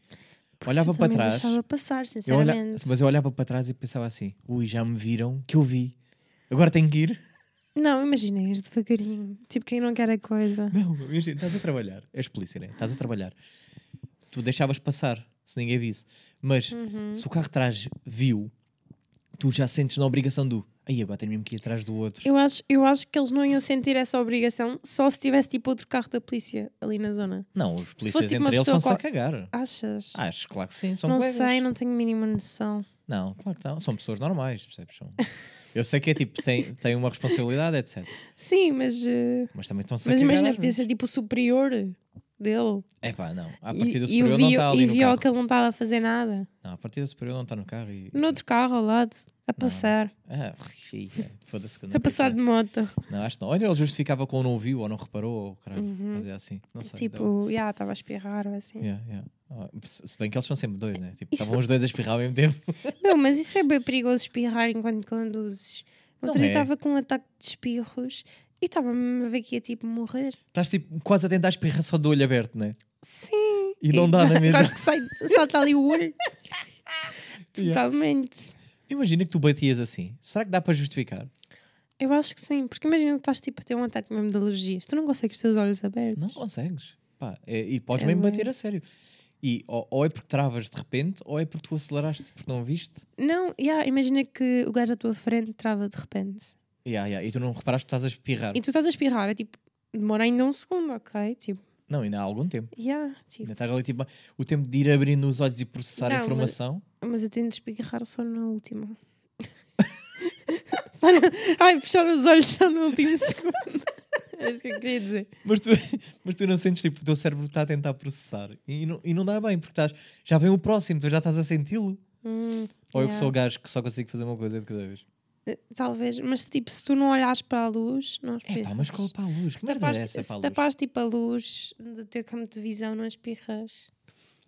Porque olhava eu para também trás, deixava passar, eu olha- sinceramente. mas eu olhava para trás e pensava assim, ui, já me viram que eu vi, agora tenho que ir. Não, imagina, és devagarinho. Tipo, quem não quer a coisa. Não, imagina, estás a trabalhar. És polícia, né? Estás a trabalhar. Tu deixavas passar, se ninguém visse. Mas Uhum. se o carro de trás viu, tu já sentes na obrigação do. Aí agora tenho mesmo que ir atrás do outro. Eu acho, eu acho que eles não iam sentir essa obrigação só se tivesse tipo outro carro da polícia ali na zona. Não, os fosse, polícias tipo, uma entre eles pessoa são-se a qual- cagar. Achas? Acho, claro que sim, Ah, são não colegas. sei, não tenho a mínima noção. Não, claro que não. São pessoas normais, percebes? São- Eu sei que é tipo, tem, tem uma responsabilidade, etc. Sim, mas. eh, Mas também estão-se a mas cagar. imagina, às podia vezes. ser tipo o superior dele. Epá, não. A E- partida e, superior viu- não está ali e no viu carro. que ele não estava a fazer nada. Não, a partida superior não está no carro e. No outro carro ao lado, a passar. Ah, ia, foda-se que eu não A passar queria de moto. Não, acho que não. Ou então ele justificava com não ouviu ou não reparou ou caralho. Fazer assim. Não sei. dava- Uhum. Tipo, já estava a espirrar ou assim. Yeah, yeah. Ah, se se bem que eles são sempre dois, né? Tipo, Isso- estavam os dois a espirrar ao mesmo tempo. Meu, mas isso é bem perigoso espirrar enquanto conduzes. No outro Não dia é. estava com um ataque de espirros e estava-me a ver que ia tipo morrer. Estás tipo quase a tentar espirrar só do olho aberto, né? Sim. E não dá na mesma. Quase que sai, salta ali o olho. Yeah. Totalmente. Imagina que tu batias assim. Será que dá para justificar? Eu acho que sim, porque imagina que estás tipo a ter um ataque mesmo de alergias. Tu não consegues ter os olhos abertos. Não consegues. Pá, é- e podes É mesmo bué. bater a sério. E ou, ou é porque travas de repente, ou é porque tu aceleraste porque não viste. Não, yeah, imagina que o gajo à tua frente trava de repente. Yeah, yeah, e tu não reparaste que estás a espirrar. E tu estás a espirrar, é tipo, demora ainda um segundo, ok? Tipo, Não, ainda há algum tempo. yeah, tipo. Ainda estás ali tipo, o tempo de ir abrindo os olhos e processar Não, a mas- informação. Mas eu tento espirrar só na última. só na... Ai, fechar os olhos só no último segundo. é isso que eu queria dizer. Mas tu, mas tu não sentes tipo, o teu cérebro está a tentar processar e não, e não dá bem, porque estás, já vem o próximo, tu já estás a senti-lo. Hum, Ou eu que yeah. sou o gajo que só consigo fazer uma coisa de cada vez. Eh, Talvez, mas tipo, se tu não olhares para a luz, não É espirras. pá, mas qual para a luz? Que se merda é tapares, essa se para a luz? tapares tipo a luz do teu campo de visão, não espirras.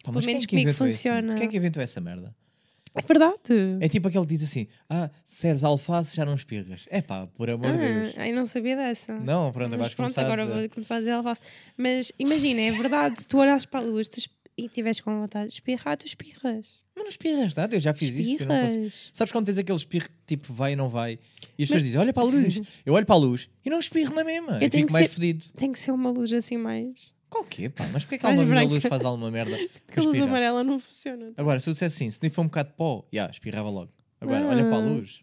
Pá, pelo mas quem é menos que comigo inventou isso? funciona. Quem é que inventou essa merda? É verdade. É tipo aquele que diz assim: ah, se eres alface já não espirras. É pá, por amor de Deus. Ah, eu não sabia dessa. Não, pronto, Mas agora vais pronto, começar agora a dizer. vou começar a dizer alface. Mas imagina, é verdade, se tu olhares para a luz tu esp- e tiveres com vontade de espirrar, tu espirras. Mas não espirras nada, eu já fiz isso. eu não consigo. Espirras. Sabes quando tens aquele espirro que tipo vai e não vai? E as pessoas dizem: olha para a luz. Eu olho para a luz e não espirro na mesma. Eu, Eu tenho fico que mais ser- fodido. Tem que ser uma luz assim mais. Qual que é, pá? Mas porquê é que Mais alguma vez a branca. luz faz alguma merda? Que a luz Respira. amarela não funciona. Agora, se eu dissesse assim, se for um bocado de pó, já, espirrava logo. Agora, olha para a Ah. luz.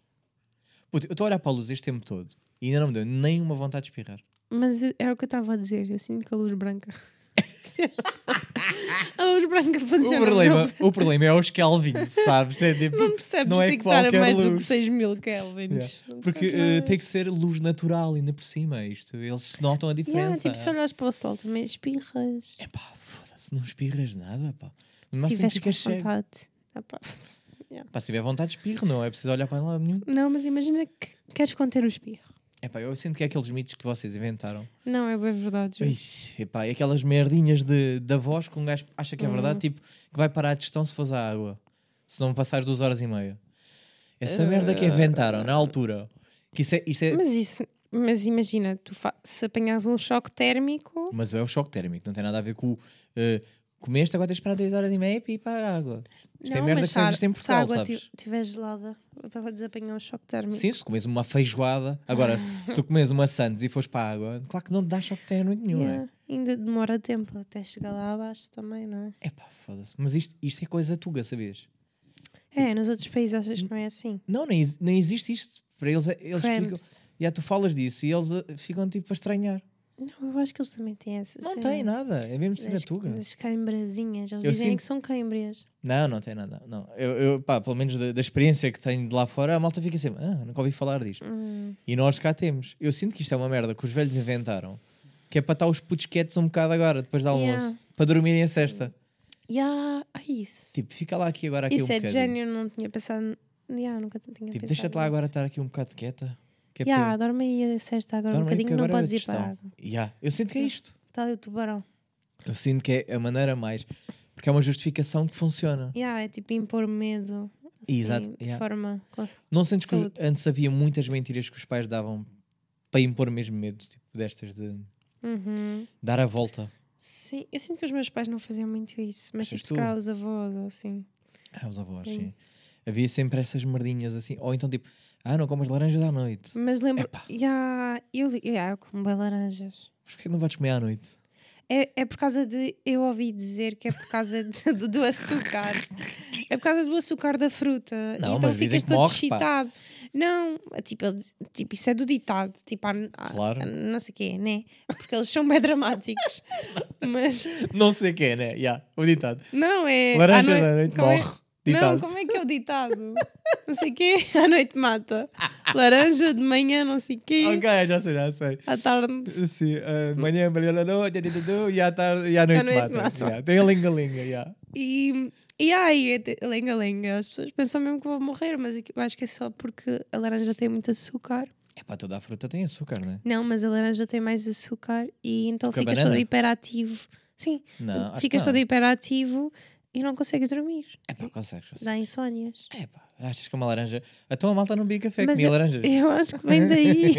Puto, eu estou a olhar para a luz este tempo todo e ainda não me deu nem uma vontade de espirrar. Mas eu- era o que eu estava a dizer. Eu sinto que a luz branca. a luz branca O funciona. problema, Não, o problema é os Kelvin, sabes? É tipo, não percebes não é tem que estar a qualquer mais do que luz. 6 mil Kelvin. Yeah. porque é? eh, tem que ser luz natural ainda por cima. Isto, eles notam a Yeah, diferença. tipo, se olhares para o sol também espirras. É pá, foda-se, não espirras nada, pá. No se máximo tiveres com ficas cego. vontade. Ah, pá. Pá, se tiver vontade, espirro, não é preciso olhar para lado nenhum. Não, mas imagina que queres conter o espirro. Epá, eu sinto que é aqueles mitos que vocês inventaram. Não, é bem verdade. Ju. Ixi, epá, e aquelas merdinhas de, da voz que um gajo acha que é Uhum. verdade, tipo, que vai parar a digestão se fores à água. Se não passares duas horas e meia. Essa merda que inventaram na altura. Que isso é, isso é- Eh, Mas isso, mas imagina, tu fa- se apanhas um choque térmico, Mas é o choque térmico, não tem nada a ver com o. eh, comeste, agora tens de esperar 2 horas e meia para ir para a água. Isto é merda que mas só se a- existe em se a Portugal, água tipo- sabes? ti- tiver gelada, para desapanhar um choque térmico. Sim, se comes uma feijoada. Agora, se tu comes uma Sands e fores para a água, claro que não te dá choque térmico nenhum, não é? Yeah, Ainda demora tempo até chegar lá abaixo também, não é? É pá, foda-se. Mas isto, isto é coisa tuga, sabias? É, nos outros países achas que não é assim? Não, nem, ex- nem existe isto. Para eles, é- eles ficam. Cramps. E tu falas disso e eles eh, ficam tipo a estranhar. Não, eu acho que eles também têm essa Não cena tem nada, é mesmo ser a das- tuga. das caimbrazinhas. Eles Eu dizem sinto- que são cãibras. Não, não tem nada. Não. Eu, eu, pá, pelo menos da, da experiência que tenho de lá fora, a malta fica sempre, ah, nunca ouvi falar disto. Hum. E nós cá temos. Eu sinto que isto é uma merda que os velhos inventaram, que é para estar os putos quietos um bocado agora, depois do Yeah. almoço, para dormirem a cesta. Yeah, ah, isso. Tipo, fica lá aqui agora aqui isso um é de bocadinho. gênio, não tinha pensado. Yeah, nunca tinha Tipo, pensado. deixa-te lá agora nisso. estar aqui um bocado quieta. Que é Yeah, para- dorme aí a cesta agora dorme um aí, bocadinho, que não agora é podes ir digestão. para a água. Yeah. Eu sinto que é isto. Está ali o tubarão. Eu sinto que é a maneira mais. Porque é uma justificação que funciona. Yeah, é tipo impor medo. Assim, Exato, De yeah. forma. cons- Não sentes que os- Saúde. antes havia muitas mentiras que os pais davam para impor mesmo medo, tipo destas de Uhum. dar a volta. Sim, eu sinto que os meus pais não faziam muito isso, mas Achas tipo, se tu? calhar os avós ou assim. Ah, os avós, Sim. sim. Havia sempre essas merdinhas assim. Ou então tipo, ah, não comas laranjas à noite. Mas lembro. Epá. Yeah, eu, li- yeah, eu como bem laranjas. Mas porquê que não vais comer à noite? É, é por causa de. Eu ouvi dizer que é por causa de- do, do açúcar. É por causa do açúcar da fruta. Não, e então mas dizem ficas que todo morre, pá. excitado. Não, tipo, eles- tipo, isso é do ditado. Tipo, há, há- Claro. há não sei o quê, né? Porque eles são bem dramáticos. mas. Não sei o que é, né? Yeah, o ditado. Não, é. à Laranjas noite- à noite como é- morre. Ditado. Não, como é que é o ditado? não sei o quê, à noite mata. Laranja de manhã, não sei o quê. Ok, já sei, já sei. À tarde. Sim, ah, manhã, manhã, da noite, da- da- da- e à tarde, e à noite, noite mata. mata. Yeah, Tem a linga-linga, yeah. E, e é aí, lenga-lenga, as pessoas pensam mesmo que vou morrer, mas eu acho que é só porque a laranja tem muito açúcar. Epá, toda a fruta tem açúcar, né? Não, mas a laranja tem mais açúcar e então Porque a ficas banana. todo hiperativo. Sim, Não, acho ficas que todo não. hiperativo e não consegues dormir. Epá, consegues, consegues. Dá insónias. É pá, achas que uma laranja. Então a malta não bebia café, Mas é- comia laranja. Eu acho que vem daí.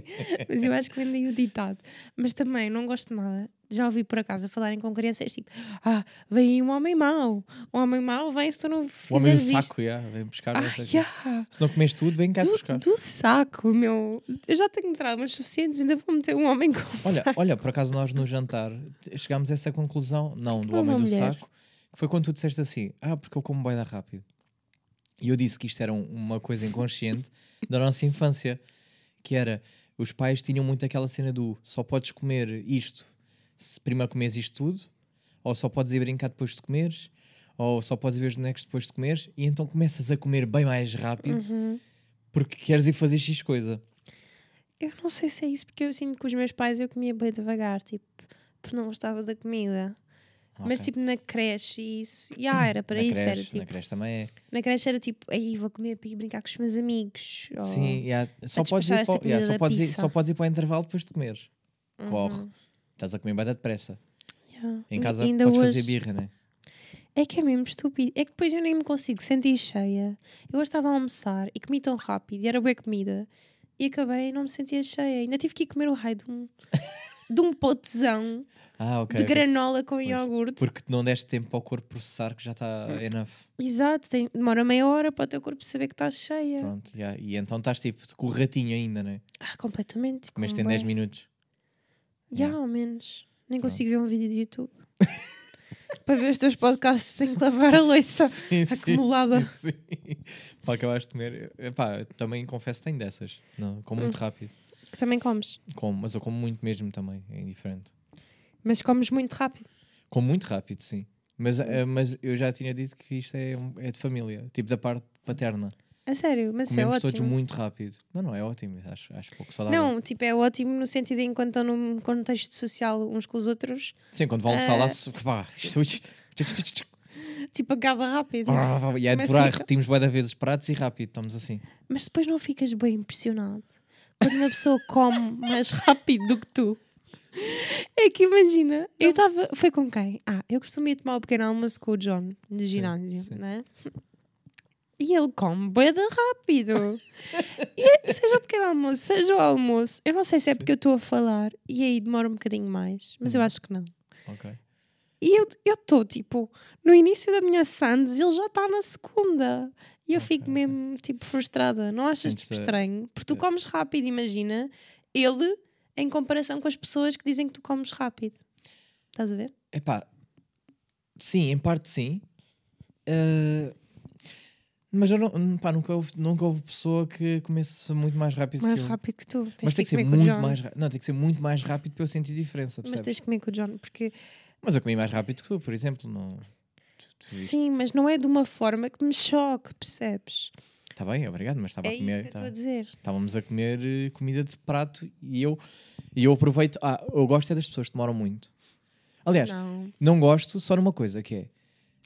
mas eu acho que vem daí o ditado. Mas também não gosto de nada. Já ouvi por acaso a falarem com crianças tipo: Ah, vem aí um homem mau. Um homem mau vem se tu não O Um homem do fizeres isto. saco, já, vem buscar. não Ah, sei o quê. yeah. Se não comes tudo, vem cá buscar. do, do saco, meu. Eu já tenho traumas suficientes, ainda vou meter um homem com Olha, saco. olha, por acaso nós no jantar t- chegámos a essa conclusão, não, do Ou homem uma do mulher. saco, que foi quando tu disseste assim: Ah, porque eu como boida rápido. E eu disse que isto era um- uma coisa inconsciente da nossa infância, que era os pais tinham muito aquela cena do só podes comer isto se primeiro comes isto tudo, ou só podes ir brincar depois de comeres, ou só podes ir ver os bonecos depois de comeres, e então começas a comer bem mais rápido Uhum. porque queres ir fazer X coisa. Eu não sei se é isso, porque eu sinto que os meus pais eu comia bem devagar, tipo, porque não gostava da comida. Mas Ok. tipo na creche e isso. Ya, era para na isso, creche, era Na tipo. creche também é. Na creche era tipo, aí vou comer para ir brincar com os meus amigos. ou- Sim, yeah. só, a podes despachar ir esta para, o- yeah, comida só, da podes ir, pizza. só podes ir para o intervalo depois de comer. Uhum. Corre. Estás a comer bem depressa. Ya. Em casa Ainda podes hoje- fazer birra, né? É que é mesmo estúpido. É que depois eu nem me consigo sentir cheia. Eu hoje estava a almoçar e comi tão rápido e era boa comida. E acabei e não me sentia cheia. Ainda tive que ir comer o raio de um, de um potezão Ah, ok. de ok. granola com Pois. iogurte. Porque não deste tempo para o corpo processar que já está Uhum. enough. Exato, tem- demora meia hora para o teu corpo saber que estás cheia. Pronto, yeah. E então estás tipo com o ratinho ainda, né? Ah, completamente. Comeste em como 10 bué. minutos. Já, Yeah. ao menos. Nem Pronto. consigo ver um vídeo do YouTube. para ver os teus podcasts sem que lavar a louça. Sim, sim, acumulada. Sim, sim. Para acabares de comer. Epá, eu também confesso que tenho dessas. Não, como Hum. muito rápido. Que também comes. Como, mas eu como muito mesmo também. É indiferente. Mas comes muito rápido. Como muito rápido, sim. Mas, Hum. eh, mas eu já tinha dito que isto é, um- é de família, tipo da parte paterna. A sério, mas isso é Comemos ótimo. todos muito rápido. Não, não, é ótimo, acho, acho pouco saudável. Não, tipo, é ótimo no sentido em que quando estão num contexto social uns com os outros, Sim, quando vão eh, almoçar lá, se- pá, isto- é tipo, acaba rápido. e é Mas devorar, sim. repetimos bué da vezes pratos e rápido, estamos assim. Mas depois não ficas bem impressionado quando uma pessoa come mais rápido do que tu. É que imagina, eu estava. Foi com quem? Ah, eu costumo ir tomar o pequeno almoço com o John no ginásio, sim. né? E ele come boeda rápido. e, é, seja o pequeno almoço, seja o almoço. Eu não sei se Sim. é Uhum. porque eu estou a falar e aí demora um bocadinho mais, mas eu acho que não. Ok. E eu estou, tipo, no início da minha Sands, ele já está na segunda. E eu Ok, fico ok. É. mesmo, tipo, frustrada. Não achas, Sentes tipo, a- estranho? Porque tu a- comes rápido, imagina, ele, em comparação com as pessoas que dizem que tu comes rápido. Estás a ver? Epá, sim, em parte sim. Ah, mas eu não, pá, nunca, houve, nunca houve pessoa que comece muito mais rápido Mais que eu. rápido que tu. Tens é. Mas tem que ir ser comer com o muito John. mais rápido. Não, tem que ser muito mais rápido para eu sentir diferença, Mas percebes? tens que comer com o John, porque... Mas eu comi mais rápido que tu, por exemplo. Não... Tu, tu viste. Sim, mas não é de uma forma que me choque, percebes? Está Tá bem, obrigado, mas estava é a isso que eu comer. estou tá- a dizer. Estávamos a comer eh, comida de prato e eu, e eu aproveito. Ah, eu gosto é das pessoas que demoram muito. Aliás, não. Não, gosto só numa coisa que é.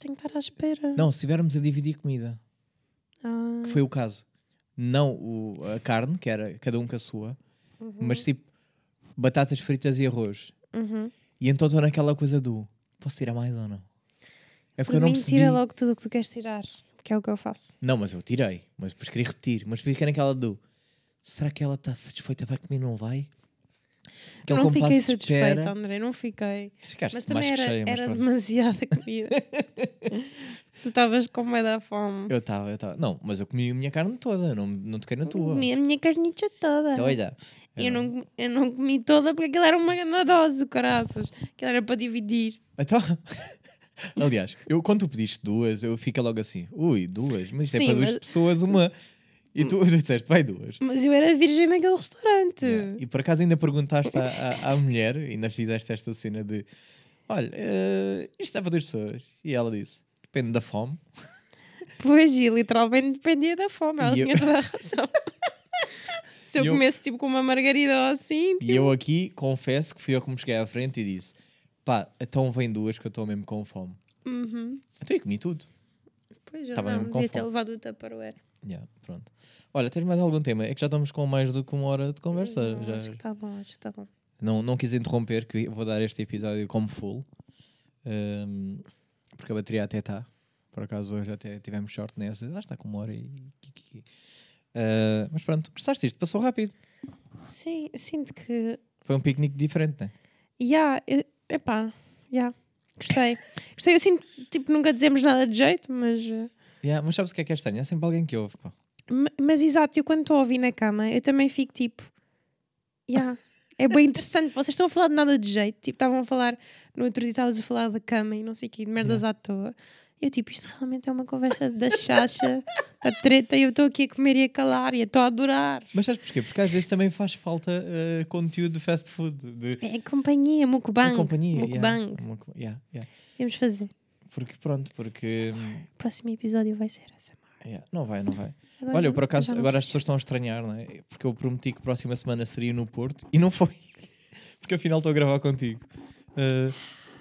tenho que estar à espera. Não, se estivermos a dividir comida, Ah, que foi o caso. Não o, a carne, que era cada um com a sua, mas tipo batatas fritas e arroz. uhum. E então estou naquela coisa do posso tirar mais ou não? É porque Para eu não mim, percebi. tira logo tudo o que tu queres tirar. Que é o que eu faço. Não, mas eu tirei, mas depois queria repetir. Mas fiquei naquela do será que ela está satisfeita? Vai comigo, não vai? Eu Aquele não é um compasso fiquei de satisfeita, espera. André, não fiquei. Ficaste mais Mas também que era, cheia, mas era pronto. demasiada comida. tu estavas com medo da fome. Eu estava, eu estava. Não, mas eu comi a minha carne toda, não, não toquei na tua. Tá Comi a minha carnicha toda. Doida. é. Eu não, comi- eu não comi toda porque aquilo era uma grande dose, caraças. Aquilo era para dividir. Então... Aliás, eu, quando tu pediste duas, eu fiquei logo assim, ui, duas, mas isto é Sim, para duas mas- pessoas uma. E tu, tu disseste, vai duas. Mas eu era virgem naquele restaurante. Yeah. E por acaso ainda perguntaste à, à, à mulher, ainda fizeste esta cena de olha, eh, isto é para duas pessoas. E ela disse, depende da fome. Pois, e literalmente dependia da fome. Ela E eu- tinha toda a razão. Se eu, E eu- comesse tipo com uma margarida ou assim, E eu aqui confesso que fui eu que me cheguei à frente e disse, pá, então vem duas que eu estou mesmo com fome. uhum. Então eu comi tudo. pois eu Tava não mesmo Tá com devia ter fome. levado o tupperware. Yeah, pronto. Olha, tens mais algum tema? É que já estamos com mais do que uma hora de conversa. Não, é, já. Uhum, Acho que está bom, acho que está bom. Não, não quis interromper, que eu vou dar este episódio como full. Ahm, porque a bateria até está. Por acaso hoje até tivemos short nessa. Lá está com uma hora e. qui, qui, qui. Ah, mas pronto, gostaste disto? Passou rápido. Sim, sinto que Foi um piquenique diferente, né? Ya, eu- epá, ya. Gostei. Gostei, eu sinto, tipo, nunca dizemos nada de jeito, mas. eh, Yeah, mas sabes o que é que é estranho? Há sempre alguém que ouve. pá. ma- Mas exato, eu quando estou a ouvir na cama, eu também fico tipo. Ya. É bem interessante, vocês estão a falar de nada de jeito. Tipo, estavam a falar. No outro dia estavas a falar da cama e não sei o quê, de merdas à toa. Eu, tipo, isto realmente é uma conversa da chacha, da treta, e eu estou aqui a comer e a calar, e eu estou a adorar. Mas sabes porquê? Porque às vezes também faz falta ah, conteúdo de fast food. De, de É companhia, mukbang. companhia. yeah. Mukbang. Muk- yeah, yeah. Vamos fazer. Porque pronto, porque. hum, O próximo episódio vai ser essa. yeah, Não vai, não vai. Agora Olha, não- eu por acaso, já não agora as funciona. pessoas estão a estranhar, não é? Porque eu prometi que a próxima semana seria no Porto e não foi. Porque afinal estou a gravar contigo. Ah,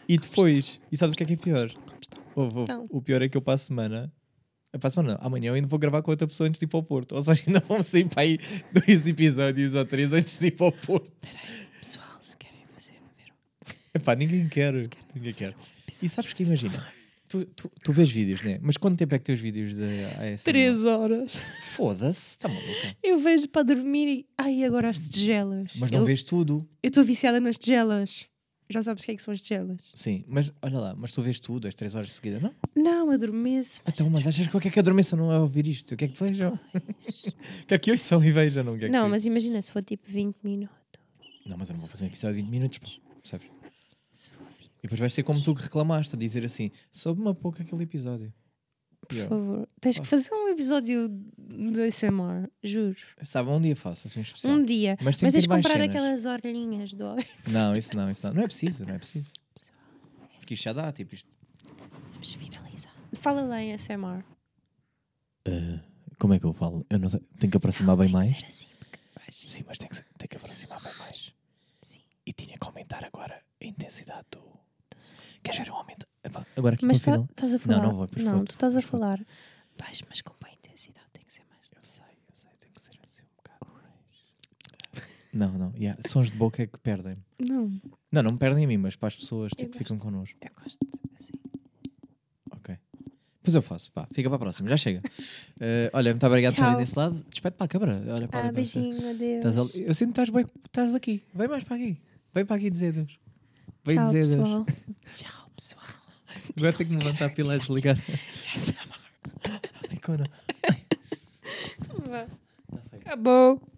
e depois, e sabes o que é que é pior? Ouve, ouve. Então. O pior é que eu para a semana. eh, Para a semana, não, amanhã eu ainda vou gravar com outra pessoa antes de ir para o Porto. Ou seja, ainda vão sair para aí dois episódios ou três antes de ir para o Porto. Pessoal, se querem fazer um verão. Epá, ninguém quer. Ninguém quer. E sabes que imagina? Tu, tu, tu vês vídeos, né? Mas quanto tempo é que tens vídeos da ASMR? Três horas. Foda-se, está maluca. Eu vejo para dormir e. Ai, agora as tigelas. Mas não eu vês tudo. eu estou viciada nas tigelas. Já sabes o que é que são as tigelas? Sim, mas olha lá, mas tu vês tudo às 3 horas de seguida, não? Não, adormeço. Então, mas achas que o que é que adormeçam não é ouvir isto? O que é que vejam? O que é que ouçam e vejam? Não, o que é Não, que... mas imagina se for tipo 20 minutos. não, mas eu não vou fazer um episódio de 20 minutos, pá, percebes? Se for 20, E depois vai ser como tu que reclamaste, a dizer assim, soube-me a pouco aquele episódio. por E eu, favor. Tens que Ah. fazer um episódio do ASMR, juro. Sabe, um dia faço, assim, um especial. Um dia. Mas tem que Mas tens ter de mais comprar cenas. aquelas orelhinhas do Não, isso não, isso não. Não é preciso, não é preciso. Porque isto já dá, tipo isto. Vamos finalizar. Fala lá em ASMR. Como é que eu falo? Eu não sei. Tenho que aproximar bem Tem que mais? ser assim, porque baixinho. Sim, mas tem que, ser- tem que aproximar bem mais. Sim. E tinha que aumentar agora a intensidade do. Queres ver um aumento? Epá, Agora aqui Mas tá- no final. estás a falar. não vou, pois Não, vou, tu estás a pois vou. falar. Baixo, mas com boa intensidade, tem que ser mais. Eu sei, eu sei, tem que ser assim um bocado. Não, não. yeah, Sons de boca é que perdem. Não, Não, não me perdem a mim, mas para as pessoas Eu tipo, que ficam connosco. eu gosto assim. Ok. Pois eu faço. Vá, fica para a próxima. Já chega. Eh, olha, muito obrigado por estarem Tchau. desse lado. Despede para a câmara. Olha, para Ah, ali para esta- beijinho, adeus. Estás ali- Eu sinto que estás, bem, estás aqui. Vem mais para aqui. Vem para aqui dizer Deus. Vem Tchau, dizer Deus. pessoal. Tchau, pessoal. Agora tenho que me levantar a pila e desligar. é Ai, cona. Tá Acabou.